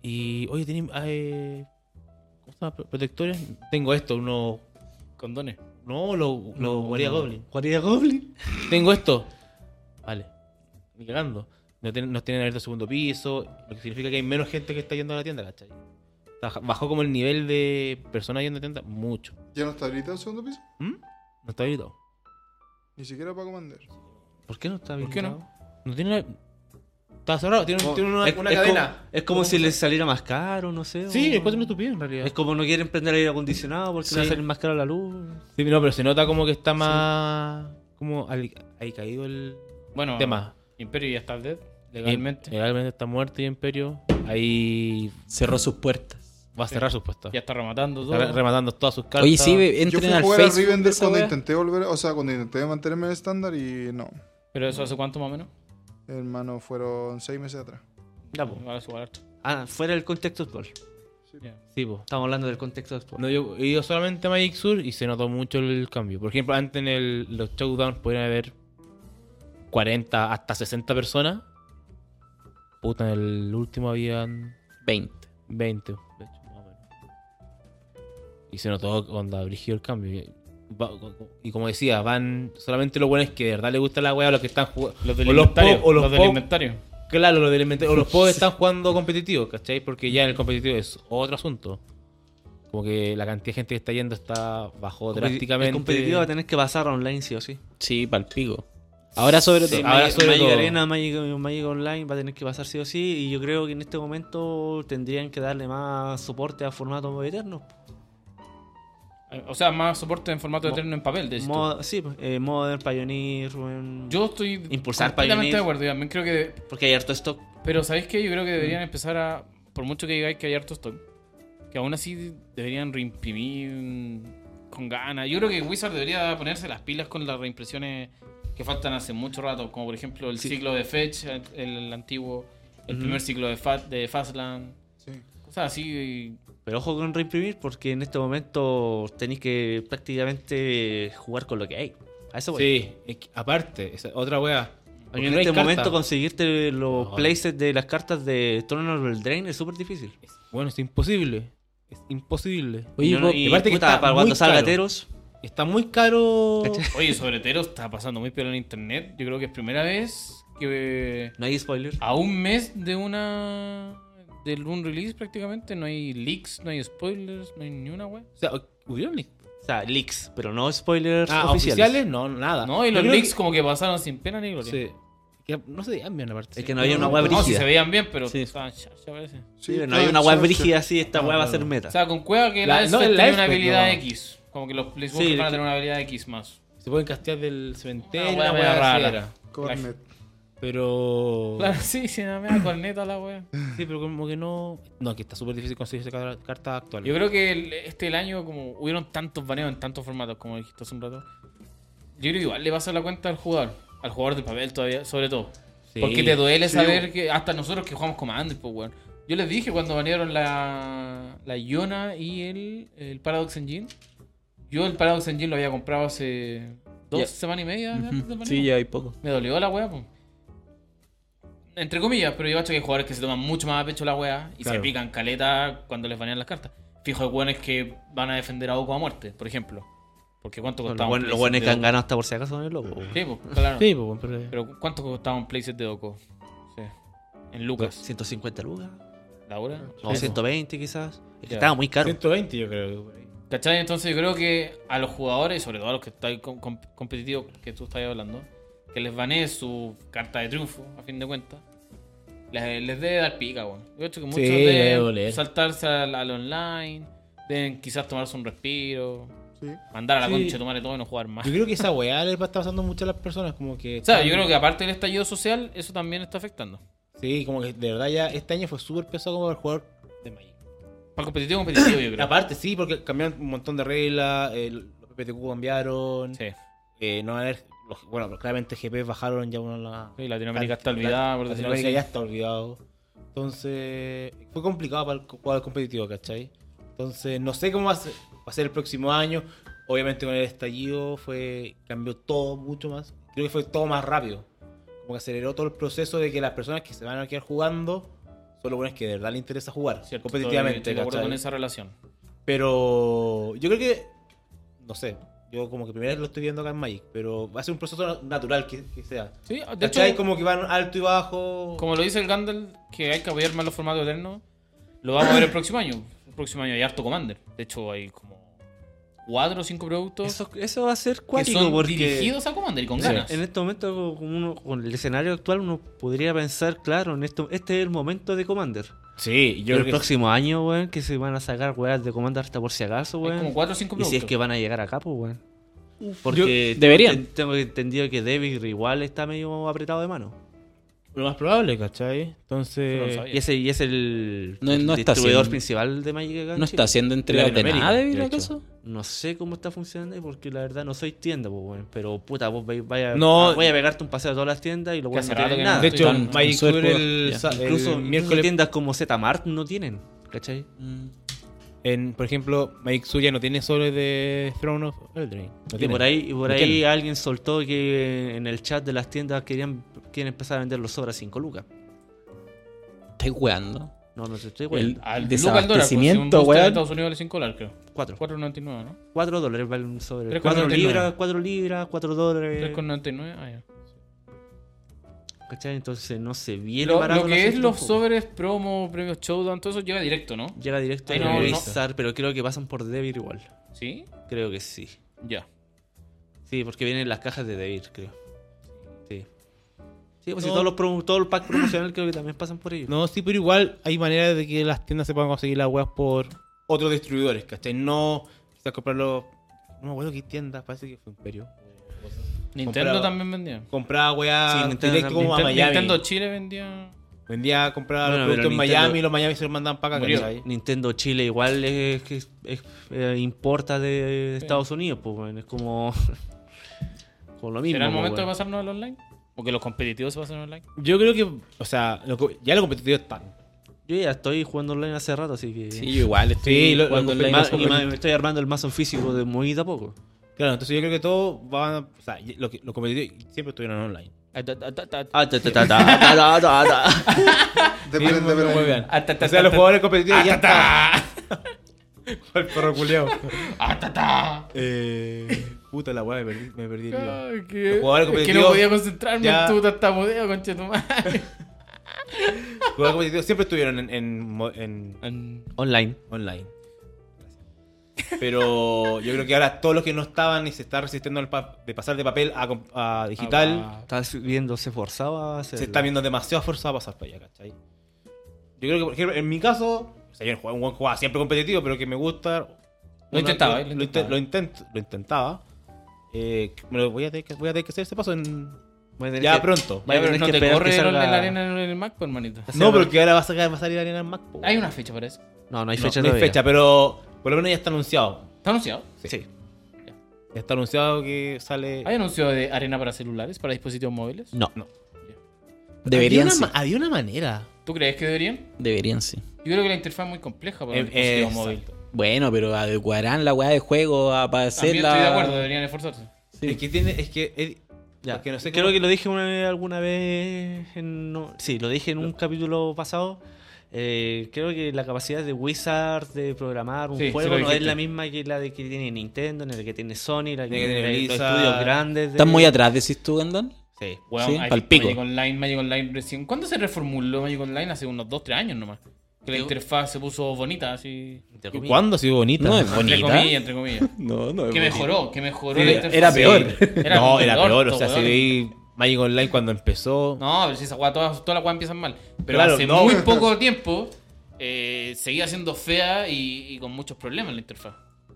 Y, oye, tienen. eh, ¿Cómo se llama? Pro- Protectores. Tengo esto, uno.
Condones.
No, los lo Guardia Goblin.
¿Guardia Goblin?
Tengo esto. Vale. Ni cagando. No tienen, no tienen abierto el segundo piso. Lo que significa que hay menos gente que está yendo a la tienda, ¿cachai? Baja- Bajó como el nivel de personas yendo a la tienda mucho.
¿Ya no está habilitado el segundo piso?
¿Mm? No está habilitado.
Ni siquiera para comandar.
¿Por qué no está bien?
¿Por qué no?
No tiene. Está cerrado. Tiene,
Como-
tiene una,
es,
una
es
cadena.
como- es como si les saliera más caro, no sé.
Sí,
o-
después una estupidez en realidad.
Es como no quieren prender aire acondicionado porque le va a
Sí.
salir más caro la luz.
Sí, no, pero se nota como que está más. Como al- ahí caído el
Bueno,
tema. eh,
Imperio ya está dead. Legalmente.
Legalmente está muerto y Imperio. Ahí
Cerró sus puertas.
va a cerrar sus puestas.
Ya está rematando todo.
Está re- rematando todas sus cartas.
Oye, sí,
Yo
ve,
fui
entren
a
al
jugar a
Facebook de
Rivendell
esa
cuando
wea.
intenté volver, o sea, cuando intenté mantenerme en el estándar y no.
Pero eso hace cuánto más o menos.
Hermano, fueron seis meses atrás.
Ya, po.
Ahora es igual harto.
Ah, fuera del contexto de Sport.
Sí, po.
Estamos hablando del contexto de Sport.
No, yo he ido solamente a Magic Sur y se notó mucho el cambio. Por ejemplo, antes en el- los showdowns podían haber 40 hasta 60 personas. Puta, en el último habían
20.
20, de hecho, más o menos. Y se notó onda brígido el cambio. Y- va- Y como decía, van solamente los buenos que de verdad les gusta la weá, los que están jugando.
Los del
O los
inventario.
pop, o los
los del
pop.
inventario.
Claro, los del inventario. O los pobres están jugando competitivo, ¿cachai? Porque ya en el competitivo es otro asunto. Como que la cantidad de gente que está yendo está bajó drásticamente.
El competitivo va a tener que pasar a online sí o sí.
Sí, palpigo. Ahora sobre
Sí,
todo.
ahora
Magic,
sobre
Magic
todo.
Arena, Magic, Magic Online va a tener que pasar sí o sí. Y yo creo que en este momento tendrían que darle más soporte a formatos eternos.
Eh, O sea, más soporte en formato
Mo-
eterno en papel, decís tú.
Mod- sí, pues, eh, Modern, Pioneer, Rubén.
Yo estoy
Impulsar
completamente
Pioneer.
de acuerdo. yo también creo que.
Porque hay harto stock.
Pero ¿sabéis qué? Yo creo que deberían empezar a. Por mucho que digáis que hay harto stock, que aún así deberían reimprimir mm, con ganas. Yo creo que Wizard debería ponerse las pilas con las reimpresiones que faltan hace mucho rato, como por ejemplo el ciclo de Fetch, el, el antiguo, el primer ciclo de, Fa- de Fastland.
Sí.
Cosas así.
Pero ojo con reimprimir porque en este momento tenéis que prácticamente jugar con lo que hay. A eso voy.
Sí, es que aparte, esa otra wea.
Y
Porque
en
no hay
este
carta.
momento conseguirte los
No.
places de las cartas de Tornado Drain es súper difícil.
Bueno, es imposible. Es imposible.
Oye,
y, no-
vos-
y,
aparte que
puta,
está
para
muy
cuando salga
caro.
Teros,
Está muy caro.
Oye, sobre Tero está pasando muy peor en internet. Yo creo que es primera vez que.
no hay spoiler.
Ah.
A un mes de una. Del un release prácticamente, no hay leaks, no hay spoilers, no hay ni una wea.
O sea, ¿hubieron leaks?
O sea, leaks, pero no spoilers
Ah,
oficiales.
oficiales. No, nada.
No, y los
Ah, Yo creo
leaks como que pasaron sin pena ni gloria.
que- sí. Que no se veían bien aparte.
Es que no había una
No,
web
No, si
brígida.
se veían bien, pero
Sí.
estaban ya, ya parece.
Ah.
Sí, no
claro,
hay una
sí,
web
sí.
brígida así, esta web va a ser
O
meta.
sea, con Cueva que
La-
la,
no,
Esper
la
tiene una
Esper,
habilidad
no.
X. Como que los Playswalkers
Sí,
van a
que-
tener una habilidad X más.
Se pueden castear del cementerio.
Una wea
una
media
wea
Ah, rara.
rara.
Cornet.
Pero.
Claro, sí, sí, nada más corneta la wea.
Sí, pero como que no. No, que está súper difícil conseguir esa car- carta actual.
Yo creo que el- este el año, como hubieron tantos baneos en tantos formatos, como dijiste hace un rato, yo creo que igual le pasa la cuenta al jugador, al jugador del papel todavía, sobre todo.
Sí.
Porque te duele
Sí,
saber que hasta nosotros que jugamos Commander, pues weón. Yo les dije cuando banearon la, la Iona y el, el Paradox Engine. Yo el Paradox Engine lo había comprado hace dos
Ya.
semanas y media. antes del
Ujú.
baneo.
Sí, ya hay poco.
Me dolió la wea, pues. Entre comillas, pero yo cacho que hay jugadores que se toman mucho más a pecho la wea y
Claro.
se pican caleta cuando les banean las cartas. Fijo, hay hueones que van a defender a Oco a muerte, por ejemplo. Porque cuánto
Los
costaba
buenos- los buenos
playset
que han
de
ganado hasta por si acaso en el logo.
Oco? Sí, pues, claro.
Sí, pues, bueno, pero.
Pero ¿cuánto costaba un playset de Oco? Sí. En Lucas.
150 lucas,
¿La hora?
o 120 quizás. Es que
Ya.
estaba muy caro.
120, yo creo. que por ahí.
¿Cachai? Entonces yo creo que a los jugadores, sobre todo a los que están com- com- competitivos que tú estás hablando, que les banee su carta de triunfo, a fin de cuentas, les, les debe dar pica, weón. Yo creo que muchos
Sí, debe
deben
doler.
saltarse al, al online, deben quizás tomarse un respiro,
Sí.
mandar a la
Sí.
concha, tomar todo y no jugar más.
Yo creo que esa weá les va a estar pasando mucho a las personas. Como que.
O sea, yo creo que aparte del estallido social, eso también está afectando.
Sí, como que de verdad ya este año fue súper pesado como para el jugador de Magic.
Para el competitivo, competitivo, yo creo.
Aparte, sí, porque cambiaron un montón de reglas. eh, los PPTQ cambiaron.
Sí.
eh, no va a haber. los- Bueno, claramente GP bajaron ya uno la.
Sí, Latinoamérica está olvidada, por decirlo
Latinoamérica
así.
ya está olvidado. Entonces, fue complicado para el jugador competitivo, ¿cachai? Entonces, no sé cómo va a ser, va a ser el próximo año. Obviamente con el estallido fue cambió todo mucho más. Creo que fue todo más rápido. Como que aceleró todo el proceso de que las personas que se van a quedar jugando son los buenos que de verdad les interesa jugar
Cierto, estoy
competitivamente.
de acuerdo
¿cachai?
con esa relación.
Pero yo creo que, no sé, yo como que primero lo estoy viendo acá en Magic, pero va a ser un proceso natural que, que sea.
Sí, de
De
hecho,
como que van alto y bajo.
Como lo dice el Gandalf, que hay que apoyar más los formatos eternos, lo vamos a ver el próximo año. El próximo año hay harto Commander. De hecho, hay como cuatro o cinco productos
Eso, eso va a ser
que
cuático
son
porque
dirigidos a Commander y con
Sí.
ganas.
En este momento, como uno- con el escenario actual, uno podría pensar, claro, en esto, este es el momento de Commander.
Sí,
el próximo año, weón, que se van a sacar weas de Commander hasta por si acaso,
Hay como
weón.
cuatro o cinco
Y si
productos.
es que van a llegar acá, pues, weón. Porque
Yo- deberían.
ten- Tengo entendido que David igual está medio apretado de mano.
lo más probable, ¿cachai?
Pero no
Entonces.
sabía.
Y ese, y es el
No- no está
distribuidor
haciendo-
principal de Magic acá en
¿No
Chile.
está haciendo entrega de
Latinoamérica,
nada, David,
de hecho.
acaso?
No sé cómo está funcionando ahí porque la verdad no soy tienda, pues, weón. Pero puta, vos vais- vaya,
No.
voy a pegarte un paseo a todas las tiendas y lo voy a
hace
no
rato
tienen
que no
nada.
De hecho,
Tan-
Magic
tan
Tour el,
suerte,
sa- el
incluso miércoles
miércoles.
tiendas como Zmart no tienen, ¿cachai?
Mm.
En, por ejemplo, Magic Sur ya no tiene sobres de Throne of Eldraine. No
y
tiene.
por ahí, y por
No
ahí
tienen.
alguien soltó que en el chat de las tiendas querían quieren empezar a vender los sobras 5 lucas.
Estáis weando.
No, no te estoy
El
weando.
Al
desabastecimiento,
dólar, pues, si un booster
weón.
de Estados Unidos vale 5 dólares, creo.
4.
4.99, ¿no?
4 dólares vale un sobre.
Tres
4
con
libras,
noventa
4 libras, 4 dólares.
3.99, ah, ya.
¿Cachai? Entonces no se viene
Lo,
barato pues.
lo
el
que es
asunto,
los
po.
sobres, promo, premios showdown, todo eso llega directo, ¿no?
Llega directo a
Ahí no,
no.
revisar, pero creo que pasan por Devir igual.
¿Sí?
Creo que sí.
Ya.
Sí, porque vienen las cajas de Devir, creo. Sí. Sí, pues si todos los promo- todo el pack promocional creo que también pasan por ellos.
No, sí, pero igual hay maneras de que las tiendas se puedan conseguir las weas por otros distribuidores, ¿cachai? No quizás comprarlo. No me acuerdo qué tiendas, parece que fue Imperio.
Nintendo
Compraba-
también vendía.
Compraba weas
Sí, Nintendo
directo como a
Nintendo,
Miami.
Nintendo Chile vendía.
Vendía a comprar
Bueno,
los
pero
productos en
Nintendo-
Miami y los Miami se los mandaban para acá,
Murió.
¿cachai?
Nintendo Chile igual es, que es- es- eh, importa de, de Estados Unidos, pues bueno, es como, como lo mismo.
¿Será el
pues,
momento de
bueno.
pasarnos al online? ¿O que los competitivos se pasen al online?
Yo creo que, o sea, lo co- ya lo competitivo están.
Yo ya estoy jugando online hace rato, así que...
Sí, yo igual. Estoy
Sí, lo- lo
jugando
compré
online
Ma-
más-
hace
y
poco.
ma- me estoy armando el mazo físico de muy de a poco.
Claro, entonces yo creo que todos van. O sea, y- lo, que- lo competitivo siempre estuvieron online.
Ah, ta, ta, ta, ta, ta, ta, ta.
Depende de ver
Muy
un-
bien.
Ah, ta, ta,
O sea,
ta,
los
ta.
jugadores competitivos ya están. El perro culiao.
¡Atata!
Eh, puta la weá, me perdí, me perdí el hilo.
Ay,
Los
que, es
jugadores
que no
competitivos
podía concentrarme
ya-
en tu tartamudeo, conche tu madre.
Los jugadores competitivos siempre estuvieron en, en mo- en
Online.
online. Pero yo creo que ahora todos los que no estaban y se están resistiendo al pa- de pasar de papel a, com- a digital,
Ah,
Estás viéndose forzado a hacer.
se está viendo demasiado forzado a pasar para allá, ¿cachai? Yo creo que, por ejemplo, en mi caso, o sea, yo jugaba- un buen jugaba siempre competitivo, pero que me gusta.
Lo
una-
intentaba,
lo,
eh, lo
lo
intentaba.
intent- lo intent- lo intentaba. Eh, me lo voy a tener que, voy a tener que hacer este paso en- ya pronto.
Vaya,
Ya, pero
tenés
no
que
te
esperar
corre
que
el,
salga-
el arena en el Mac, pues, hermanito.
No, porque ahora va a, sacar, va a salir Arena en Mac. po.
Hay una fecha para eso.
No, no hay
No,
fecha
no hay
todavía.
fecha, pero por lo menos ya está anunciado.
¿Está anunciado?
Sí.
Ya está anunciado que sale.
¿Hay anuncio de arena para celulares, para dispositivos móviles?
No.
Deberían
había,
sí.
una, ma- había una manera.
¿Tú crees que deberían?
Deberían sí.
Yo creo que la interfaz es muy compleja para
Eh,
un dispositivo
exacto.
móvil.
Bueno, pero adecuarán la weá de juego a, para
También
hacerla.
estoy de acuerdo, deberían esforzarse.
Es que tiene. Es que. es-
Ya.
porque no sé
Creo
cómo-
que lo dije una vez- alguna vez. En, no- sí, lo dije en un capítulo pasado. Eh, creo que la capacidad de Wizard de programar un
Sí, sí
juego
lo
no es
dijiste.
la misma que la de que tiene Nintendo, ni la que tiene Sony, la que
Ni que
tiene
tiene
los
Blizzard.
estudios grandes. de-
¿Estás muy atrás, decís tú, Gandón?
Sí.
Weón,
Sí,
hay-
pal pico.
Magic Online, Magic Online recién. ¿Cuándo se reformuló Magic Online? Hace unos 2-3 años nomás. Que la
Digo-
interfaz se puso bonita, así.
Entre
¿Y
comillas.
¿Cuándo ha sido bonita?
No, es
Entre
bonita.
comillas, entre comillas.
No, no. es
Que
bonita.
mejoró, que mejoró
Sí,
la interfaz.
era peor.
Era
no,
como
era
el
peor. O
orto,
sea, si
weón.
veí Magic Online cuando empezó.
No, pero si esa weá, todas, todas las weas empiezan mal. Pero
Claro,
hace
no.
muy poco tiempo eh, seguía siendo fea y, y con muchos problemas la interfaz.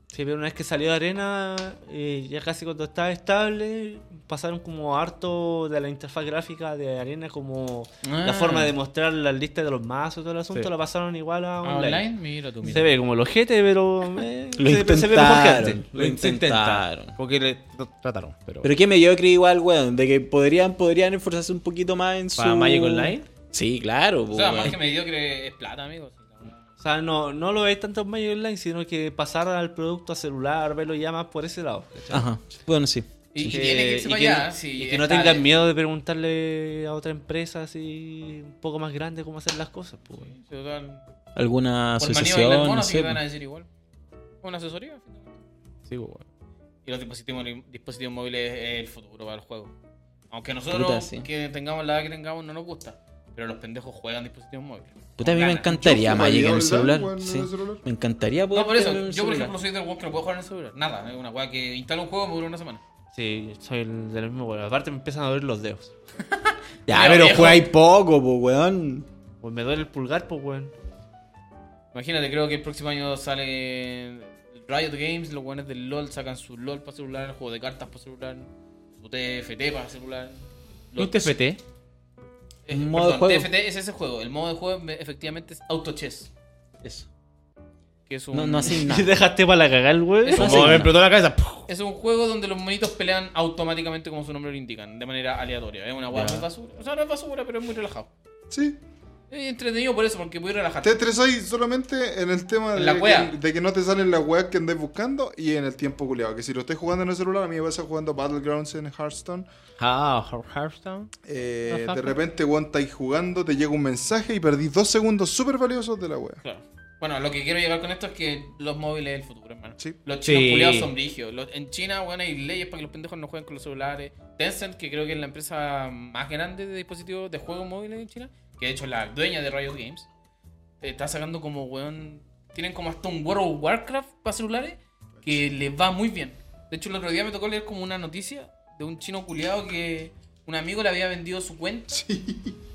Sí, pero una vez que salió de arena, eh, ya casi cuando estaba estable, pasaron como harto de la interfaz gráfica de arena, como
Ah.
la forma de mostrar las listas de los mazos y todo el asunto,
Sí.
la pasaron igual a
Ah,
online.
online, mira tú, mira.
Se ve como el ojete, pero eh,
Lo
se, se ve mejor que antes.
intentaron. Lo intentaron.
Porque le tr- trataron. Pero,
Pero qué mediocre igual, weón. De que podrían, podrían esforzarse un poquito más en su.
¿Para Magic Online?
Sí, claro.
O
pues,
sea,
weón.
más que mediocre es plata, amigo.
O sea, no, no lo veis tanto en medio online, sino que pasar al producto a celular, verlo ya más por ese lado. ¿cachai?
Ajá. Bueno, sí.
Y, y
Que-
tiene que irse
y
para
que-
allá. sí,
y que no
está
tengan
de-
miedo de preguntarle a otra empresa así un poco más grande cómo hacer las cosas. Pues.
Total,
Alguna
Por manía bailar
asociación,
mono,
no
así que
sé.
te van a decir igual. Una asesoría.
Sí, pues, weón.
Y los dispositivos, dispositivos móviles es el futuro para el juego. Aunque nosotros
Puta, sí.
que tengamos la edad que tengamos no nos gusta. Pero los pendejos juegan dispositivos móviles.
Puta, a mí me
Ganan.
encantaría
Yo
Magic en
jugaría
el celular.
online, weón, en
sí.
el celular.
Me encantaría poder
No, por eso,
tener un
yo por
celular.
ejemplo soy del weón que no puedo jugar en el celular. Nada, es una weá que instalo un juego y me dura una semana.
Sí, soy el- del mismo bueno. Aparte me empiezan a doler los dedos.
Ya,
Mira,
pero
viejo.
juega ahí poco, po, weón.
Pues me duele el pulgar, pues weón.
Imagínate, creo que el próximo año sale Riot Games, los weones del LOL sacan su LOL para celular, el juego de cartas para celular, su TFT para celular. Los-
¿Un TFT?
Eh,
Modo de
perdón,
juego.
TFT es ese juego. El modo de juego me- efectivamente es auto chess.
Eso.
que es un,
No, no así
Y
nada.
dejaste para la cagar, güey.
Es un-
Como me explotó la cabeza. ¡puf!
es un juego donde los monitos pelean automáticamente como su nombre lo indican, de manera aleatoria. Es una guada muy basura. O sea, no es basura, pero es muy relajado.
Sí.
Es entretenido por eso, porque voy a relajarte.
Te estresáis solamente en el tema
En
de,
la wea.
que, de que no te salen las weas que andáis buscando y en el tiempo culiado. Que si lo estáis jugando en el celular, a mí me pasa jugando Battlegrounds en Hearthstone.
Ah, Hearthstone.
eh,
Ajá.
de repente, weón, estáis jugando, te llega un mensaje y perdís dos segundos súper valiosos de la wea.
Claro. Bueno, lo que quiero llegar con esto es que los móviles es el futuro, hermano.
Sí.
Los chinos
Sí.
culiados son brigios. Los- en China, bueno, hay leyes para que los pendejos no jueguen con los celulares. Tencent, que creo que es la empresa más grande de dispositivos de juegos móviles en China, que de hecho es la dueña de Riot Games, eh, está sacando como, weón, tienen como hasta un World of Warcraft para celulares que les va muy bien. De hecho, el otro día me tocó leer como una noticia de un chino culiado que un amigo le había vendido su cuenta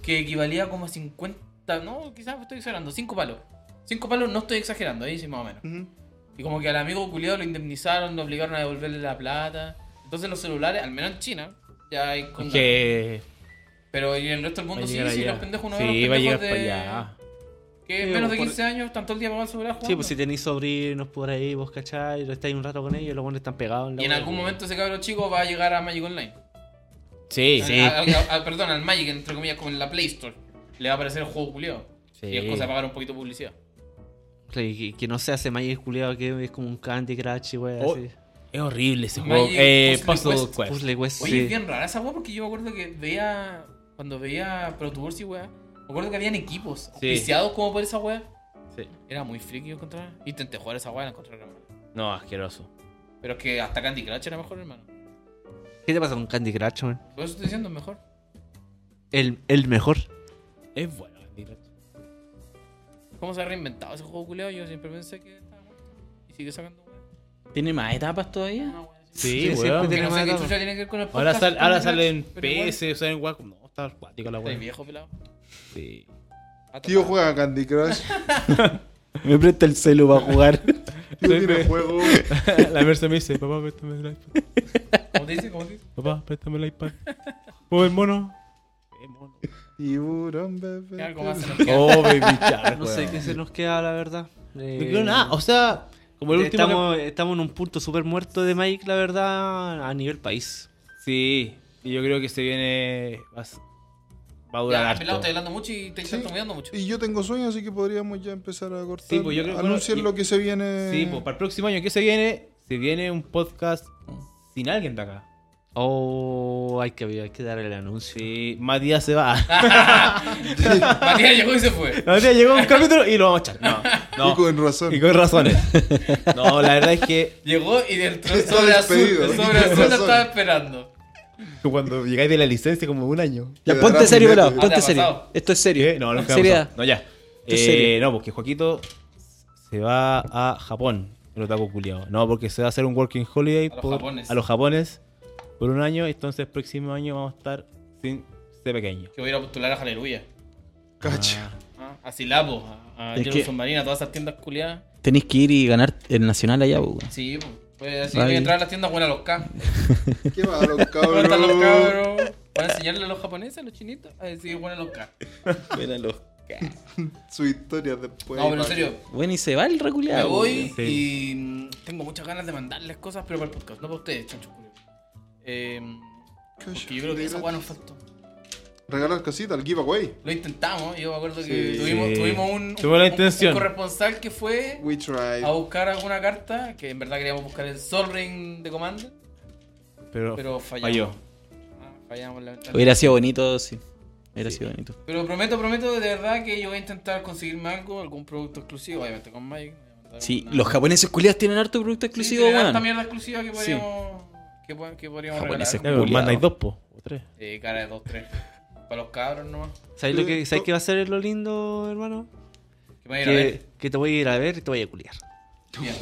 que equivalía como a 50, no, quizás estoy exagerando, 5 palos. 5 palos no estoy exagerando, ahí sí más o menos.
Ujú.
Y como que al amigo culiado lo indemnizaron, lo obligaron a devolverle la plata. Entonces los celulares, al menos en China, ya hay con-
Que.
Pero en el resto del
va a
mundo sí,
llegar
sí,
allá.
los pendejos no ven
Sí,
los
va a llegar
pendejos
para
de-
allá.
Que
Sí, pues,
menos de
por-
15 años están todo el día para el celular jugando.
Sí, pues si tenéis sobrinos por ahí, vos cachai, lo estáis un rato con ellos, los buenos están pegados. la
Y en
wea,
algún
güey.
momento ese cabro chico va a llegar a Magic Online.
Sí,
A-
sí.
a- a- a- perdón, al Magic, entre comillas, como en la Play Store. Le va a aparecer el juego culiado.
Sí.
Y es cosa de pagar un poquito de publicidad.
Sí, que, que no se hace Magic culiado, que es como un Candy Crush, güey,
Oh,
así.
Es horrible ese
Magic
juego. Eh,
Puzzle
Puzzle
Quest.
Quest.
Puzzle Quest,
Oye,
sí.
es bien rara esa weá porque yo me acuerdo que veía. Cuando veía Pro Tours y weá, me acuerdo que habían equipos auspiciados como por esa weá.
Sí.
Era muy friki encontrar. Intenté jugar esa weá y la encontré era mala.
No, asqueroso.
Pero es que hasta Candy Crush era mejor, hermano.
¿Qué te pasa con Candy Crush, man?
Por eso estoy diciendo es mejor.
El, el mejor.
Es bueno. Candy Crush.
¿Cómo se ha reinventado ese juego culeado? Yo siempre pensé que estaba muerto. Y sigue sacando weá.
¿Tiene más etapas todavía?
Una weá así.
Sí,
siempre
weón.
tiene
Que no sé
más
qué
datos.
chucha tiene que ver con el podcast.
Ahora, sal,
Candy
ahora
Crush,
salen
pero igual,
PS, salen Wacom. No, está acuático la
Estoy
wea.
viejo, pelado.
Sí.
Ah,
Tío
tapado.
juega Candy Crush.
Me presta el celu para jugar.
Tío tiene juego.
La Merce me dice, papá, préstame el iPad.
¿Cómo te dice? ¿Cómo te dice?
Papá, préstame el iPad. ¿Puedo ver mono?
Tiburón, bebé.
Que Algo más se nos queda.
Oh, baby char,
No sé qué se nos queda, la verdad.
No
Eh,
creo nada. O sea, como el último.
estamos, estamos en un punto súper muerto de Magic, la verdad, a nivel país.
Sí. Y yo creo que se viene. Va a s- va
Ya,
a durar.
pelado,
harto.
estoy hablando mucho y te
Sí.
estás tomando mucho.
Y yo tengo sueño, así que podríamos ya empezar a cortar.
Sí, pues yo creo- bueno,
Anuncien
y-
lo que se viene.
Sí, pues para el próximo año que se viene, se viene un podcast sin alguien de acá.
Oh, hay que, hay que dar el anuncio.
Sí, Matías se va.
Matías llegó y se fue.
Matías llegó un capítulo y lo vamos a echar. No,
Y
no.
con razón.
Y con razones. No, la verdad es que
Llegó y del tro-
Está
sobre azul,
despedido.
el sobre azul
Razón.
lo estaba esperando.
cuando llegáis de la licencia como un año.
Te
Ya, ponte
dará
serio,
un
pelado.
neto.
Ah,
Ponte
¿te ha
serio.
pasado?
Esto es serio.
¿Qué? No, no,
Seriedad.
No, ya.
¿En
Eh,
serio?
no, porque Joaquito se va a Japón, el otaku culiao. No, porque se va a hacer un working holiday
A los
por-
japones.
a los japones por un año. Entonces, el próximo año vamos a estar sin C pequeño.
Que voy a ir a postular a Aleluya.
Cacha.
Ah, a Silapo, a, a
Es que-
Jerusalén Marina, a todas esas tiendas culiadas.
Tenéis que ir y ganar el nacional allá, po, weón.
Sí, pues. Pues así
Ay.
voy a entrar a las tiendas buenas los K.
Qué malo,
¿Dónde están Ah. los
cabrón.
cabros? Van a enseñarle a los japoneses, a los chinitos, a decir buenas los K.
Su historia después.
No, pero en serio,
Bueno, y se va el
me
reculeado.
voy
Sí.
y mm, tengo muchas ganas de mandarles cosas, pero para el podcast, no para ustedes, chancho culiao. Eh, porque yo creo que esa weá nos faltó.
Regalar cositas, el giveaway.
Lo intentamos, yo me acuerdo que
Sí.
tuvimos, tuvimos un,
Tuvimos la
un- un-
intención.
un corresponsal que fue
We tried.
a buscar alguna carta, que en verdad queríamos buscar el Sol Ring de Commander,
Pero,
pero fallamos.
falló.
Ah, fallamos la
Hubiera sido bonito, sí. Hubiera sido bonito.
Pero prometo, prometo de verdad que yo voy a intentar conseguirme algo, algún producto exclusivo, obviamente con Magic. voy a mandar
Sí,
una-
los japoneses culiados tienen harto producto
Sí,
exclusivo,
tiene harta
weón.
mierda exclusiva que podríamos. Que, po- que
Ah,
podríamos
Japoneses
Ya,
regalar.
pero
Culiao.
mandáis dos, po. O tres.
Sí, cara de 2, 3. Para los cabros nomás.
¿Sabes, lo que, ¿Sabes qué va a ser lo lindo, hermano?
Que me vayan a
Que,
ver.
que te voy a ir a ver y te voy a culiar.
Bien.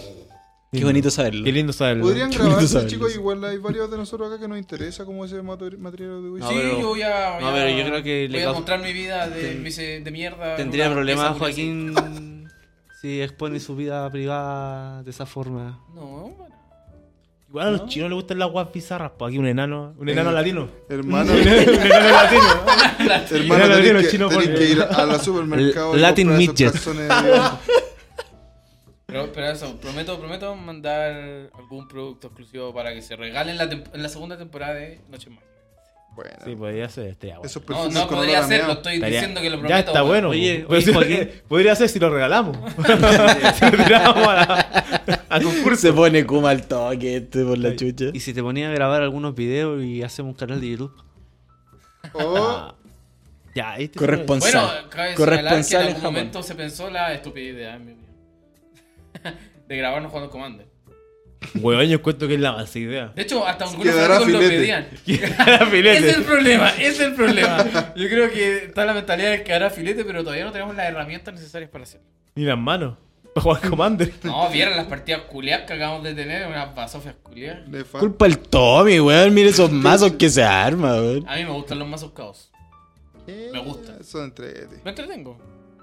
Qué bonito
Qué
saberlo.
lindo saberlo.
Podrían
Qué
grabarse,
lindo saberlo.
chicos. Igual hay varios de nosotros acá que nos interesa como ese mater- material de
No,
Wizard.
sí,
pero-
yo voy a. voy
no,
a-
pero yo creo que le
Voy a
causa-
mostrar mi vida de,
Ten-
de, de mierda. en
Tendría
una
problemas
pieza culiada
Joaquín si expone su vida privada de esa forma.
así. No, bueno.
Igual a los chinos les gustan las guas bizarras, po. Aquí un enano, un enano latino.
Hermano,
un enano latino.
hermano,
Mira, lo
tenés
tiene
que,
chino
tenés
por-
que ir a- al supermercado y
Latin
comprar esos
midget.
calzones de-
Pero Pero, pero eso, prometo, prometo mandar algún producto exclusivo para que se regale en la, tem- en la segunda temporada de Noche Mágica.
Bueno,
Sí, podría ser este agua.
esos
No,
perfumes
no
con
podría
olor a
hacerlo,
meado.
estoy
Estaría-
diciendo que lo prometo.
Ya está
weón.
bueno.
Oye,
pues.
oye,
Podría-
Joaquín.
podría ser si lo regalamos. si lo tiramos a, la- a concurso.
Se pone Kuma al toque este por la chucha.
Y si te ponía a grabar algunos videos y hacemos un canal de YouTube.
Ah.
O
Ya, este
Corresponsal.
Bueno, cabe señalar que en
Corresponsal en
algún
Japón.
momento se pensó la estupidez idea, en mi opinión, de grabarnos jugando Commander.
Weón, yo cuento que es la más idea.
De hecho, hasta algunos
Quedará
fanáticos lo
filete.
pedían.
Filete.
Ese es el problema, ese es el problema. Yo creo que está la mentalidad de que hará filete, pero todavía no tenemos las herramientas necesarias para hacerlo.
Ni las manos. Para jugar Commander.
No, vieron las partidas culiadas que acabamos de tener, unas basofias culiadas.
le falta-
Culpa el Tommy, weón. Mire esos mazos que se arma, weón.
A mí me gustan los mazos caos. me gusta.
Eso Eh, entrete.
Me entretengo.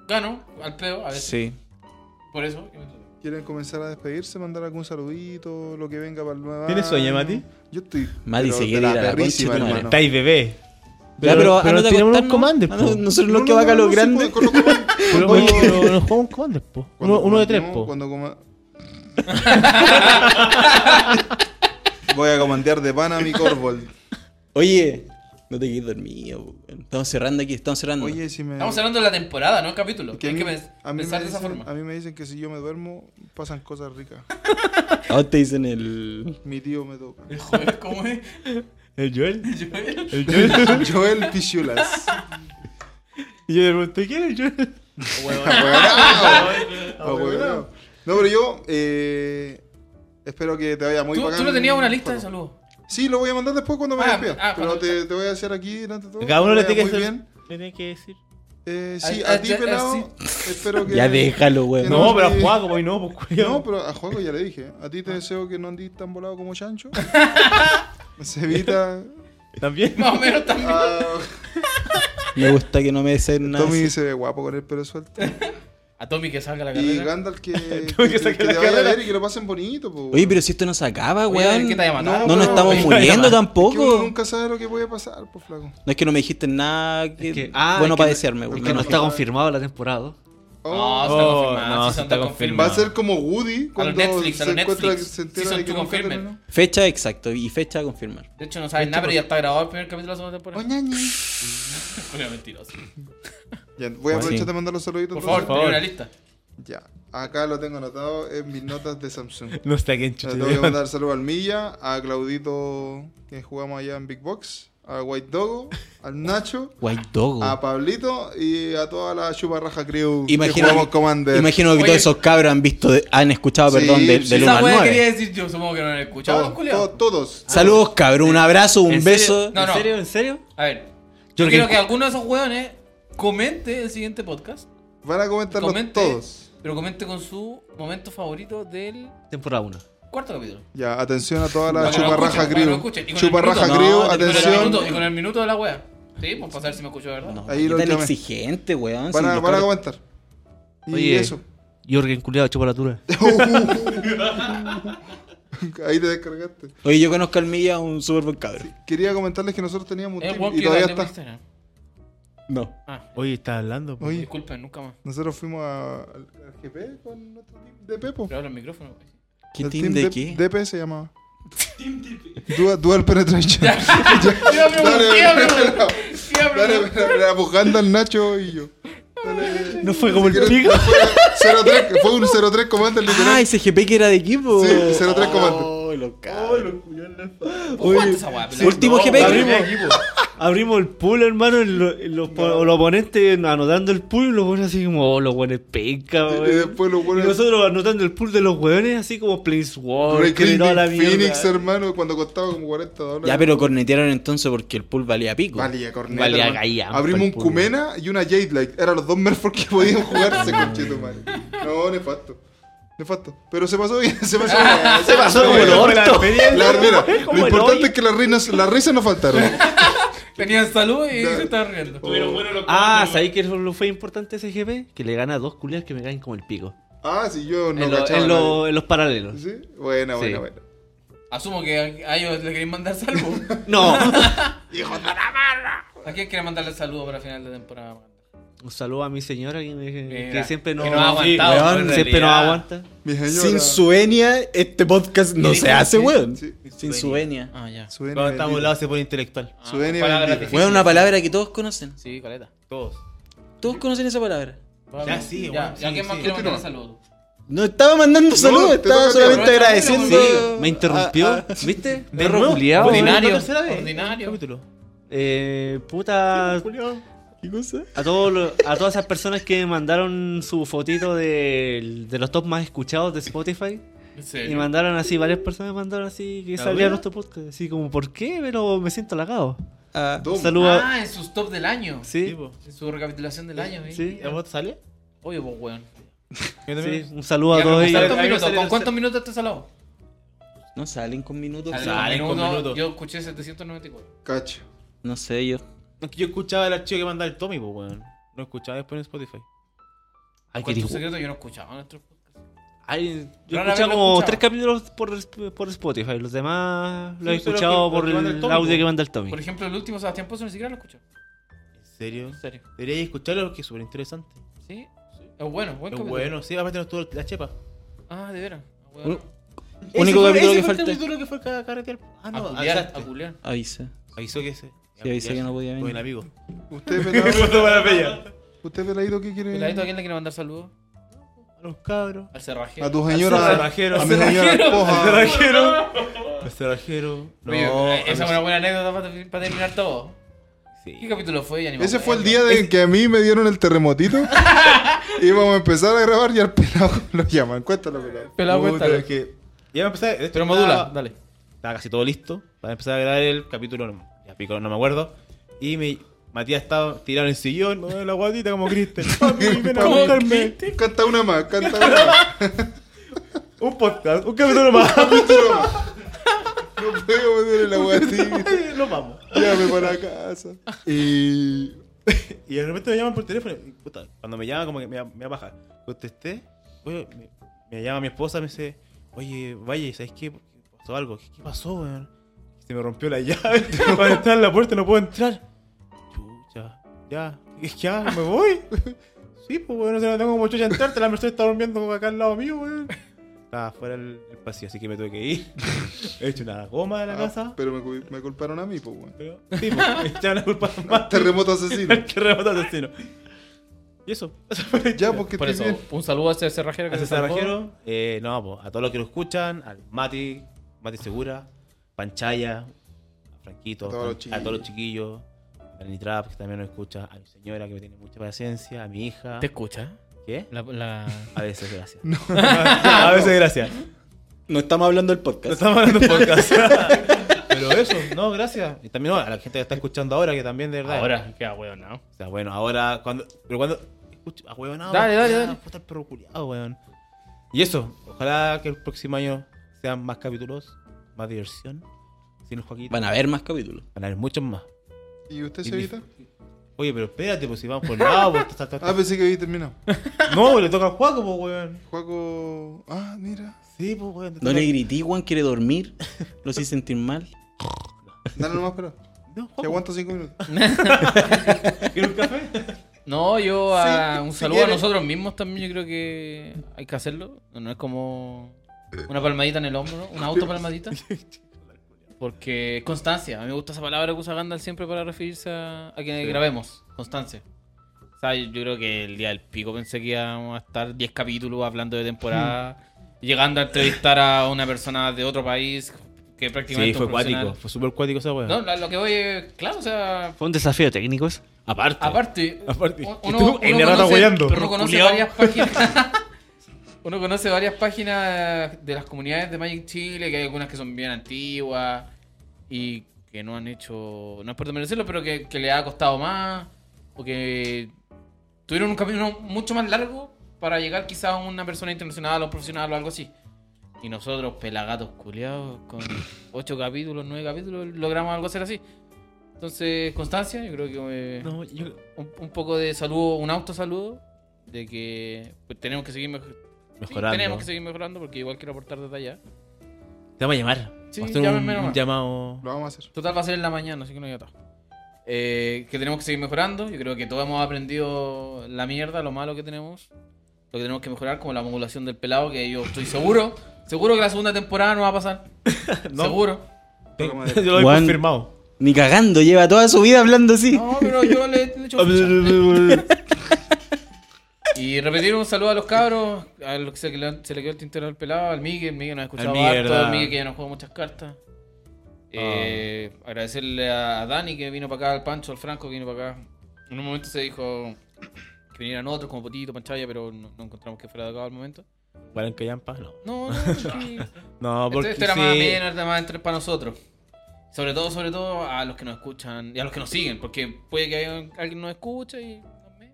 Gano, al pedo, a veces.
Sí.
Por eso que me entretengo.
¿Quieren comenzar a despedirse? ¿Mandar algún saludito? Lo que venga para el nuevo.
¿Tienes sueño,
año?
Mati?
Yo estoy.
Mati
pero
se
de
quiere ir a la
perrísima,
concha de tu madre.
Estáis bebé.
Ya, pero,
pero
ándate a
tiramos
acostar,
un
¿no?
Commander.
Ah,
po.
no, Nosotros
No,
los que
no,
va a
no,
lo
sí, pues,
grande.
con- con- con-
Pero,
Oye.
pero nos jugamos Commander, po.
Cuando
Uno, uno de tres,
comandemos,
po.
Cuando coma... Voy a comandear de pana a mi Corvold.
Oye, no te quedes dormido, weón. Estamos cerrando aquí, estamos cerrando.
Oye, si me.
Estamos hablando de la temporada, no el capítulo.
que a
Hay
mí-
que pens-
a mí
pensar
me
de esa
dicen-
forma.
A mí me dicen que si yo me duermo, pasan cosas ricas.
¿A vos te dicen el.
Mi tío me toca.
El jueves, ¿cómo es?
¿El Joel?
Yo-
¿El Joel?
Joel Pichulas.
y yo le pregunté, ¿quién es el Joel?
Ahueonao. Ahueonao. No, pero yo eh, espero que te vaya muy
¿Tú,
bacán.
tú no tenías una lista de
Paco.
saludos.
Sí, lo voy a mandar después cuando me
Ah,
despida.
ah,
pero
cuando-
te, te voy a hacer aquí delante de todo.
Cada uno le
vaya
tiene que
muy
hacer-
bien.
Tiene que decir.
Eh, sí,
Ah,
a ti,
ya, ah,
pelado. Espero que.
Ya déjalo, weón.
No,
No, pero a
sí.
Juaco, hoy no, pues culiao.
No, pero a juego ya le dije. A ti te
Ah.
deseo que no andes tan volado como Chancho. Cevita.
También.
Más o menos también.
Ah,
Me gusta que no me dicen nada.
Tommy
así.
se ve guapo con el pelo suelto.
A Tommy que salga la
Y
carrera.
Gandalf que, que,
Tommy que
que
saque
te
la
vaya a
carrera.
ver y que lo pasen bonito. po.
Oye, pero si esto no se acaba,
Oye,
weón.
¿Qué te haya matado?
No nos
No,
estamos
no,
muriendo
Ah, Es que uno
tampoco.
nunca sabe lo que puede pasar, pues flaco.
No es que no me dijiste nada que-
Es que- ah,
bueno
es que
para
no-
desearme,
es
weón.
Que no
no
está
sabe.
confirmado la temporada.
No,
Oh,
está
Oh,
confirmado.
no,
sí,
sí
está
está
va
confirmado.
confirmado.
a ser como Woody cuando
Netflix, a
se
lo
encuentra
Netflix.
se entera
Season
de que
two
no está
confirmen.
terminado.
Fecha exacto y fecha a confirmar.
De hecho, no sabes nada, pero ya está grabado el primer capítulo de la segunda temporada.
Oñañi.
Julio, mentiroso.
Ya, voy a
Ah,
aprovechar
sí.
de mandar los saluditos.
Por favor,
entonces.
tenía una lista.
Ya, acá lo tengo anotado en mis notas de Samsung. Le
No está quién chucha.
tengo que mandar saludos al Milla, a Claudito que jugamos allá en Big Box, a White Dogo, al Nacho,
White Dogo.
a Pablito y a toda la chuparraja crew que
Imagino-
jugamos Commander.
Imagino que
Oye.
todos esos cabros han visto, de- han escuchado,
Sí,
perdón, de-
sí.
del 1
Esa
al
wea
9.
quería decir yo, supongo que no la he escuchado.
Todos,
Julio.
todos, todos.
Saludos, cabrón, un abrazo, un
¿En
beso.
serio?
No,
¿En
no.
serio? ¿En serio?
A ver,
Yo
yo
lo
quiero
que-
que alguno de esos hueones comente el siguiente podcast.
Van a comentarlos
Comente,
todos.
pero comente con su momento favorito del
Temporada 1.
cuarto capítulo.
Ya, atención a toda la
Para que lo
chuparraja
escuchen, para que lo
crew.
escuchen. Y con el
Chuparraja
minuto.
crew,
No, te-
Y con el
atención.
minuto- Y con el minuto de la wea. Sí, pues pasar si me escucho, ¿verdad?
No,
Ahí lo
tan
llamé.
exigente, weón.
Van
si
a,
los
van a
cabros-
comentar. Y
Oye.
eso.
Jorgen Culeado, chupa la tura.
Ahí te descargaste.
Oye, yo conozco al Milla, un súper buen cabrón.
Quería comentarles que nosotros teníamos
Es
un
el weón
team
que
y todavía
ganó
está.
Instagram.
No.
Ah,
Oye, está hablando. po.
Oye,
disculpen, nunca más.
nosotros fuimos a- al al GP con nuestro team de Pepo.
Pero ahora el micrófono. güey.
¿Qué
El
team de qué?
DP se llamaba. Dual, Dual Penetration.
Iba a preguntar,
Dale,
iba
dale, dale,
a preguntar, iba a
dale,
preguntar.
dale, dale, buscando al Nacho y yo. Dale.
No fue como el
Quiero-
pico.
Fue, 03, fue un 03 comando
Ah,
literal.
ese GP que era de equipo.
Sí, 03 Commander.
Ay, los cabros.
¿Cuánto esa wea?
Sí, Último GP.
abrimos, abrimos el pool, hermano. y lo- y los, po- los oponentes anotando el pool. Y los buenos así como, oh, los buenos penca,
Y
weón.
después los
Y
buenos.
nosotros anotando el pool de los weones, así como Planeswalker y toda la mierda.
Phoenix, hermano, cuando costaba como 40 dólares.
Ya, pero cornetearon entonces porque el pool valía pico.
Valía corneta.
Valía
hermano.
gallampa
Abrimos
el
un
puro.
Cumena y una Jade Light. Eran los dos Merfolk que podían jugarse, conchito, madre. No, nefasto. Nefasto. Pero se pasó bien, se pasó bien.
Ah,
Se pasó
como el
bien.
orto.
La, mira, lo
Como el
importante
hoyo.
es que las risas, las risas no faltaron.
Tenían salud y
Dale.
se estaban riendo.
Ah, ¿sabéis que lo fue importante ese GP? Que le gana a dos culias que me caen como el pico.
Ah, sí, yo no
en, lo-
cachaba.
en
nadie.
lo- en los paralelos.
¿Sí? Buena, buena,
Sí.
buena.
Asumo que a, a ellos le queréis mandar saludos.
No.
¿A quién quiere mandarle saludos para final de temporada?
Un saludo a mi señora que, me- que
Mira,
siempre nos
que nos ha
sí,
aguantado.
weón,
en
siempre nos
realidad.
aguanta.
Mi señora.
Sin su venia, este podcast no se hace, weón.
Sí,
Sin su venia.
Ah, ya.
su N
Cuando estamos
bendita.
lado se pone intelectual.
Su N
palabras
bendita.
difíciles.
Weón, una palabra que todos conocen.
Sí, caleta.
Todos.
Todos conocen esa palabra.
Ya, sí,
Ya,
bueno,
ya ¿quién más
sí, sí. Ah,
quiere mandar
Continúa.
saludos?
No estaba mandando saludos,
te
estaba
toca a ti,
solamente
weón.
agradeciendo. Ah,
Sí,
Me interrumpió, ¿viste?
Ah, De
Perro
nuevo,
culiao, weón.
ordinario,
¿La tercera vez?
ordinario.
Capítulo.
Eh, puta,
ah, ¿Qué cosa?
a, todos los- a todas esas personas que me mandaron su fotito de, de los top más escuchados de Spotify. Y mandaron así, varias personas mandaron así que
¿La
salía
duda?
nuestro podcast. Así como, ¿por qué? Pero me siento halagado.
Ah,
Dom.
Saludos.
Ah, en sus top del año.
Sí,
En su recapitulación del año. ¿eh?
Sí.
¿A vos te sale?
Oye, pues, weón.
Yo también.
sí, un saludo a
Ya, ¿con
todos
cuántos
ellos.
a mí me
minutos?
sale
¿Con
el-
cuántos minutos estás al lado?
no salen con minutos.
Al
Salen
minuto,
con minutos.
Yo escuché 794.
Cacho.
No sé yo.
Es que yo escuchaba el archivo que mandaba el Tommy, pues, weón. No escuchaba después en Spotify.
Ay,
Con
qué
tu
dijo-
secreto yo no escuchaba nuestro podcast.
Ay, yo he
Rara vez
escuchado
lo
como
escuchaba.
tres capítulos por, por Spotify. Los demás los he
Sí, pero
escuchado
que-
por
que manda el
el
Tommy,
audio
po.
que manda el Tommy.
Por ejemplo, el último Sebastián Pozo ni siquiera lo escuché.
¿En serio?
En serio.
Deberíais escucharlo porque es súper interesante.
Sí. Es bueno, buen
Es
capítulo.
bueno, sí, aparte no estuvo la chepa.
Ah, de veras. Ah, bueno.
Único capítulo
Ese fue- ese
que
fue el
falta.
capítulo que fue a carretear. Ah,
A
no,
culiar,
avisaste.
a culiar.
Avisa.
Avisó que se.
Sí, avisé que no podía venir.
Buen amigo.
Usted pelado.
para pella.
Usted peladito, ¿qué quiere?
Peladito, ¿a quién le quiere mandar saludos?
A los cabros.
Al cerrajero.
A tu señora.
cerrajero.
A mi señora esposa.
Al cerrajero.
Oye,
No.
eh, esa es una buena anécdota para, para terminar todo. ¿Qué
Sí.
capítulo fue? Ya ni me
Ese fue el
acuerdo.
día de que a mí me dieron el terremotito. Íbamos a empezar a grabar y al pelado lo llaman. Cuéntalo, pelado.
Pelado,
Puta,
cuéntalo.
es que- Ya me empecé. de hecho,
Pero modula,
estaba-
dale.
Estaba casi todo listo para empezar a grabar el capítulo. no- Ya pico, no me acuerdo. Y mi Matías estaba tirado en el sillón, me duele la guatita como Cristian. Papi, ven a
Como
buscarme.
Canta una más, canta una más.
Un podcast, un capítulo más.
No puedo meter la guatita.
Nos vamos.
Llévame para casa. Y.
Y de repente me llaman por teléfono. Y, puta, cuando me llaman, como que me, da- me da paja. Contesté. Oye, me, me llama mi esposa, me dice, oye, vaya, ¿sabes qué? Pasó algo. ¿Qué, qué pasó, weón? Se me rompió la llave. Para entrar en la puerta no puedo entrar. Chucha, ya. Es que ya, me voy. sí, pues, weón, no sé, no tengo como chucha entrar. La Mercedes está durmiendo acá al lado mío, weón. Estaba fuera el, el pasillo, así que me tuve que ir. He hecho una goma de la
Ah,
casa.
pero me, cu- me culparon a mí, pues, weón.
Pero, sí, pues, echaron la culpa más.
Terremoto asesino.
El terremoto asesino. Y eso. eso fue
Ya, pues, porque
Por
estoy
eso,
bien.
un saludo a ese cerrajero que
a
se
César
salvó.
Rajero, eh, no, pues, a todos los que lo escuchan, al Mati, Mati Segura, Panchaya, a Franquito,
A todos los
a todos los chiquillos, a Dani Trap, que también nos escucha, a mi señora que me tiene mucha paciencia, a mi hija.
¿Te escucha?
¿Qué?
La, la...
A veces, gracias. a veces, gracias.
No estamos hablando del
No
podcast.
estamos hablando de podcast. Pero eso, no, gracias. Y también no, a la gente que está escuchando ahora, que también de verdad.
Ahora, qué weón, ¿no?
O sea, bueno, ahora cuando. Pero cuando. Escucho, ah, weón,
Dale, dale, dale.
Puta el perro culiado, weón. Y eso, ojalá que el próximo año sean más capítulos, más diversión. Sin el Joaquín.
Van a haber más capítulos.
Van a haber muchos más.
¿Y usted
Y
se evita?
Oye, pero espérate, pues si vamos por nada, pues. ta, ta, ta, ta.
Ah, pensé que había terminado.
No, le toca al Juaco, pues, weón.
Juaco. Ah, mira.
Sí, pues, weón. te
No
toca-
le grité, Juan quiere dormir. Lo hice sentir mal.
Dale nomás, pelado.
No,
Te
Juaco.
aguanto cinco minutos.
¿Quieres un café?
No, yo a,
Sí,
un
si
saludo a
quieres.
nosotros mismos también, yo creo que hay que hacerlo. No es como una palmadita en el hombro, una autopalmadita. Porque constancia, a mí me gusta esa palabra que usa Gandalf siempre para referirse a, a que grabemos, constancia. O sea, yo, yo creo que el día del pico pensé que íbamos a estar 10 capítulos hablando de temporada, llegando a entrevistar a una persona de otro país que prácticamente...
Sí,
un
fue
profesional-
cuático. Fue súper cuático esa weón.
No, lo lo que voy es, claro, o sea,
Fue un desafío técnico eso.
Aparte.
Aparte,
Aparte.
uno,
Y tú,
uno
en la rata
conoce-
hueando.
uno conoce
Culeado.
varias páginas. uno conoce varias páginas de las comunidades de Magic Chile, que hay algunas que son bien antiguas y que no han hecho. No es por merecerlo, pero que, que le ha costado más. O que tuvieron un camino mucho más largo para llegar quizás a una persona internacional o profesional o algo así. Y nosotros, pelagatos culiados, con ocho capítulos, nueve capítulos, logramos algo hacer así. Entonces, constancia, yo creo que... eh,
No, yo.
un, un poco de saludo, un autosaludo de que pues, tenemos que seguir mej- sí,
Mejorando.
tenemos que seguir mejorando porque igual quiero aportar desde allá.
Te vamos a llamar.
Sí,
vamos a hacer
llámenme
un, un
nomás.
llamado.
Lo vamos a hacer.
Total va a ser en la mañana, así que no hay atado. eh, que tenemos que seguir mejorando. Yo creo que todos hemos aprendido la mierda, lo malo que tenemos. Lo que tenemos que mejorar, como la modulación del pelado, que yo estoy seguro. Seguro que la segunda temporada no va a pasar. Seguro.
Toco madera.
Yo lo he
Juan-
confirmado.
Ni cagando, lleva toda su vida hablando así.
No, pero yo le, le echo ficha. Y repetir un saludo a los cabros, a los que se, le- se le quedó el tintero al pelado, al Miguel, Miguel nos ha escuchado
Al Miguel,
harto,
¿verdad?
al Miguel que ya nos jugó muchas cartas. Eh, Agradecerle a Dani que vino para acá, al Pancho, al Franco que vino para acá. En un momento se dijo que vinieran otros como Potito, Panchaya, pero no, no encontramos que fuera de acá al momento.
Bueno, que Yampa, no.
No, no, sí.
No, Ah, porque
Entonces, esto era
sí.
más bien, era más entre para nosotros. Sobre todo, sobre todo a los que nos escuchan y a los que nos siguen, porque puede que haya- alguien nos escuche y nos ve.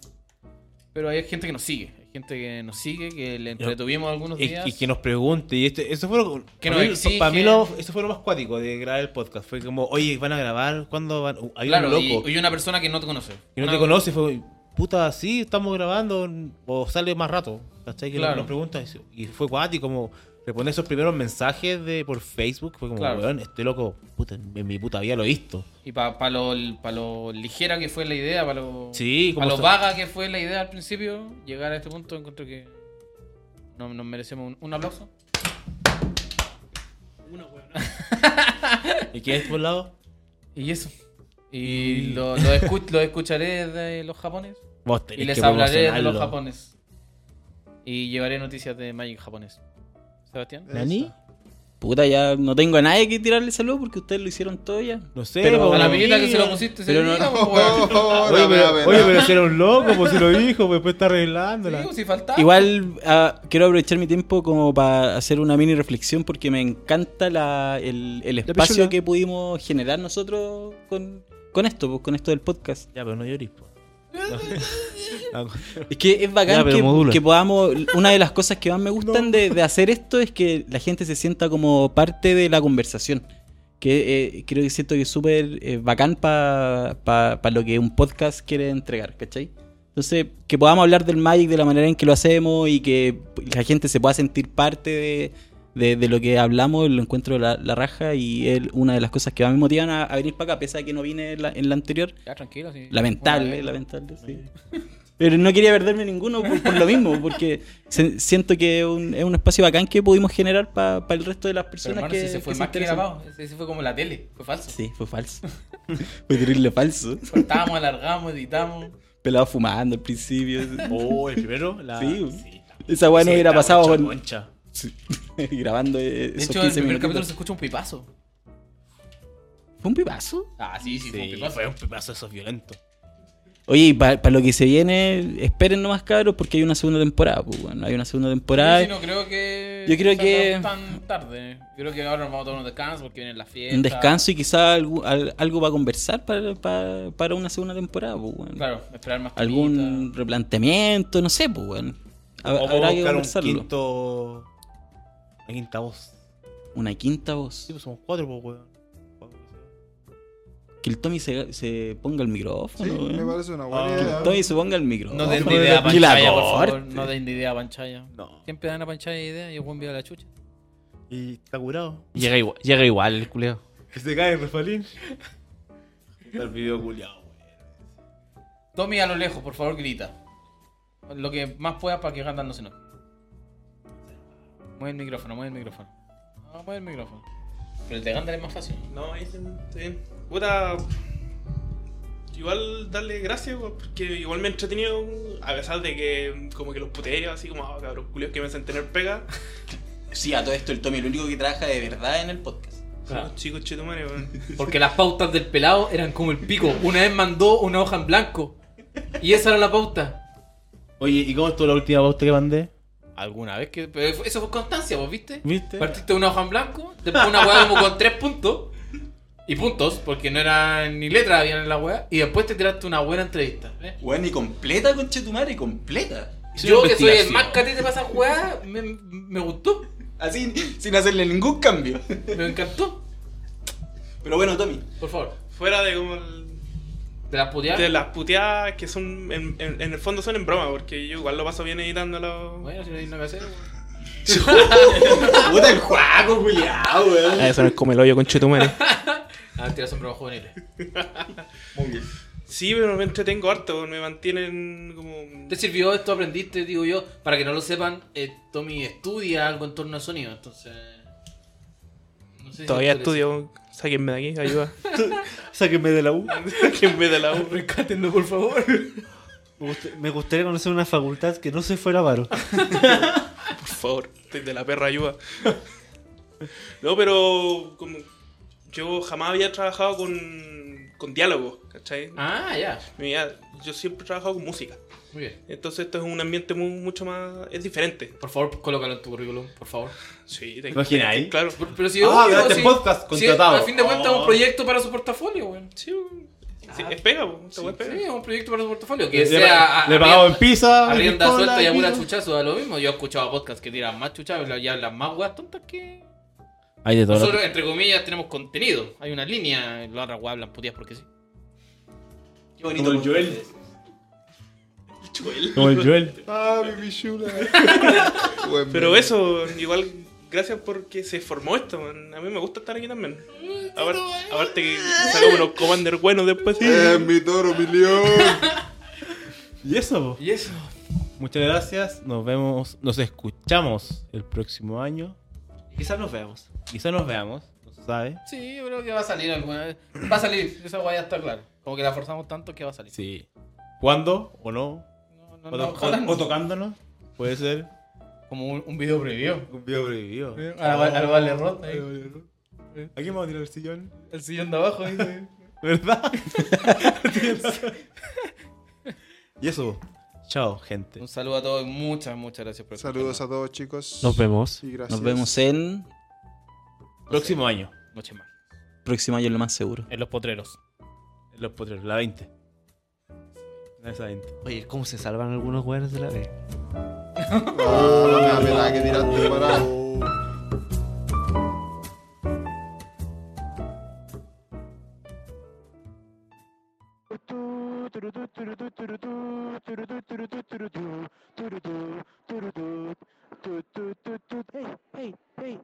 Pero hay gente que nos sigue, hay gente que nos sigue, que le entretuvimos algunos
Y,
días.
y que nos pregunte. Y esto, eso fue lo
Que
para
nos
mí-
exige.
Para mí, lo, eso fue lo más cuático de grabar el podcast. Fue como, oye, ¿van a grabar? ¿Cuándo van? Uh, Hay
claro,
un loco.
Y, y una persona que no te conoce.
Y no
Una-
te conoce, fue, puta, sí, estamos grabando, o sale más rato, ¿cachai? Que
Claro.
nos pregunta, y fue guati, como responder esos primeros mensajes de por Facebook, fue como,
Claro.
weón, estoy loco, puta, en mi puta vida lo he visto.
Y para lo, pa lo ligera que fue la idea, para lo,
Sí,
pa
como
lo
so-
vaga que fue la idea al principio, llegar a este punto encuentro que no- nos merecemos un, un aplauso.
¿Y qué es por un lado?
Y eso. Y lo, lo, escu- lo escucharé de los japones.
Vos
Y
tenés
les
que
hablaré de los
promocionarlo.
japones. Y llevaré noticias de Magic japonés. Sebastián.
¿Nani? Puta, ya no tengo a nadie que tirarle saludo porque ustedes lo hicieron todo ya.
No sé,
Pero-
po,
A la
weón.
amiguita que se lo pusiste se
Pero
lo
no-
diga,
Oh,
po, weón.
Oye,
la
pero,
wea,
oye,
pena.
pero si era un loco, pues si lo dijo, pues después está arreglándola.
Sí, pues, si faltaba.
Igual ah, quiero aprovechar mi tiempo como para hacer una mini reflexión porque me encanta la- el, el espacio
pichula.
que pudimos generar nosotros con, con esto, pues, con esto del podcast.
Ya, pero no pues. llorís, po.
Es que es bacán
Ya, pero
que,
modula.
que podamos. Una de las cosas que más me gustan de, de hacer esto es que la gente se sienta como parte de la conversación. Que eh, creo que siento que es súper eh, bacán para lo que un podcast quiere entregar, ¿cachai? Entonces, que podamos hablar del Magic de la manera en que lo hacemos y que la gente se pueda sentir parte de, de- de lo que hablamos, lo encuentro la, la raja y es una de las cosas que más me motivan a, a venir para acá, pese a que no vine en la- en la anterior.
Ya, tranquilo. sí.
Lamentable,
Una vez.
lamentable, sí. Pero no quería perderme ninguno por, por lo mismo, porque se- siento que es un, es un espacio bacán que pudimos generar para el resto de las
Pero
personas
hermano,
que,
si se fue
que
más que
interesan.
grabado. Ese, ese fue como la tele. Fue falso.
Sí, fue falso. fue terrible falso.
Cortamos, alargamos, editamos.
Pelado fumando al principio.
Oh, el primero, la.
Sí, Esa weá no
Sí,
hubiera
la
pasado
concha,
con-
concha.
sí, grabando eh,
De
esos
hecho, en el
15
primer capítulo
minutos.
se escucha un pipazo.
¿Fue un pipazo?
Ah, sí, sí, fue un
Sí,
pipazo.
fue un pipazo de esos violentos.
Oye, y para lo que se viene, esperen nomás cabros porque hay una segunda temporada. Pues, bueno, hay una segunda temporada.
Yo sí no creo que.
Yo creo
salga
que-
Tan tarde. Creo que ahora nos vamos a tomar un descanso porque vienen las fiestas.
un descanso y quizá algo, al- algo va a conversar para, para, para una segunda temporada, pues, weón.
Claro, esperar más temita.
Algún replanteamiento, no sé, pues, weón. Ha-
O
Habrá
vamos a
que
buscar
conversarlo.
un quinto. Una quinta voz.
Una quinta voz.
Sí, pues somos cuatro, pues, weón.
Que el Tommy se, se ponga el micrófono,
Sí,
weón.
me parece una buena
Ah.
Que
idea.
el Tommy se ponga el micrófono.
No den ni idea a
Que la
Panchaya, por favor.
corte.
No den ni idea a Panchaya.
No.
Siempre dan a Panchaya idea y el buen video a la chucha.
Y está curado.
Llega igual, llega igual el culeo.
Que se cae, Refalín. está el video culiado, weón.
Tommy a lo lejos, por favor, grita. Lo que más puedas para que Gandalf no se note. Mueve el micrófono, mueve el micrófono. No, mueve el micrófono. Pero el de Gandalf es más fácil.
No, ahí se- sí. Puta. Igual darle gracias, weón, porque igual me he entretenido, a pesar de que como que los puteo, así como, ah, cabros culios que me hacen tener pega.
Sí, a todo esto el Tommy es el único que trabaja de verdad en el podcast.
Los Chicos, chetumare, weón.
Porque las pautas del pelado eran como el pico. Una vez mandó una hoja en blanco. Y esa era la pauta.
Oye, ¿y cómo estuvo la última voz que mandé?
Alguna vez que. pero fue- Eso fue constancia, vos viste.
¿Viste?
Partiste de una hoja en blanco, después una hueá como con tres puntos. Y puntos, porque no eran ni letras habían en la hueá. Y después te tiraste una buena entrevista. ¿eh?
Weón, y completa, conchetumare, completa.
Yo que soy el más catete para esa hueá, me, me gustó.
Así, sin hacerle ningún cambio.
Me encantó.
Pero bueno, Tommy.
Por favor.
Fuera de como el-
De la puteada.
de las puteadas que son, en, en- en el fondo son en broma, porque yo igual lo paso bien editándolo.
Bueno, si no hay nada que hacer. weón.
Puta el juaco, culiao, weón.
Eso no es como el hoyo con chetumare.
Ah, mentira, son bromas juveniles.
Muy bien.
Sí, pero me entretengo harto, me mantienen como...
¿Te sirvió esto? ¿Aprendiste? Digo yo, para que no lo sepan, eh, Tommy estudia algo en torno a sonido, entonces... no sé si
Todavía
te interesa.
estudio, sáquenme de aquí, ayuda.
Sáquenme de la U.
sáquenme de la U.
Rescátenlo, por favor.
Me gust- Me gustaría conocer una facultad que no se fuera varo.
Por favor, estoy de la perra ayuda. No, pero como yo jamás había trabajado con, con diálogo, ¿cachai?
Ah, ya.
Mi vida- yo siempre he trabajado con música.
Muy bien.
Entonces esto es un ambiente mu- mucho más... es diferente.
Por favor, colócalo en tu currículum, por favor.
Sí, te
imagináis?
Claro.
Por- Pero si
Ah,
obvio,
gracias,
si-
podcast,
si
contratado.
a fin de cuentas es un
Oh.
proyecto para su portafolio, weón.
Sí, sí, es pega, po, esta weá es pega.
Ah. Sí, es un proyecto para su portafolio. Que
le,
sea. a-
le
a-
pagamos en pizza. en
Arrienda
piscola,
suelta y alguna
pizza.
chuchazo, da lo mismo. Yo he escuchado podcasts que tiran más chuchas y hablan más weas tontas que.
Hay de todo. lo-
Nosotros, entre comillas, tenemos contenido. Hay una línea, las otras weas hablan putías porque sí.
Qué bonito.
Como el Joel.
Joel.
Como el Joel.
Ah, mi pichula. Buen
Pero
meme.
eso, igual, gracias porque se formó esto, man. A mí me gusta estar aquí también. A ver- Aparte que sacamos unos commander buenos
Pues
después.
Eh, mi toro, mi león.
Y eso.
Y eso.
Muchas gracias. Nos vemos. Nos escuchamos el próximo año.
Quizás nos veamos.
Quizá nos veamos. No se sabe.
Sí, yo creo que va a salir alguna vez. Va a salir, esa wea ya está clara. Como que la forzamos tanto que va a salir.
Sí. ¿Cuándo? ¿O no?
No, no,
o,
no,
to-
ojalá
o-
no.
o tocándonos. Puede ser.
Como un, un video prohibido.
Un video prohibido.
Al Vale Rot, ahí.
Aquí vamos a tirar el sillón.
El sillón de abajo, ahí.
¿Verdad? y eso. Chao, gente.
Un saludo a todos y muchas, muchas gracias por
Saludos a todos, chicos.
Nos vemos.
Y gracias.
Nos vemos en
Próximo año.
Noche más.
próximo año, lo más seguro.
En los potreros.
En los potreros. La 20. La esa 20.
Oye, ¿cómo se salvan algunos weones de la B?
Ah, me da pena que tiraste para.
Hey, hey, hey,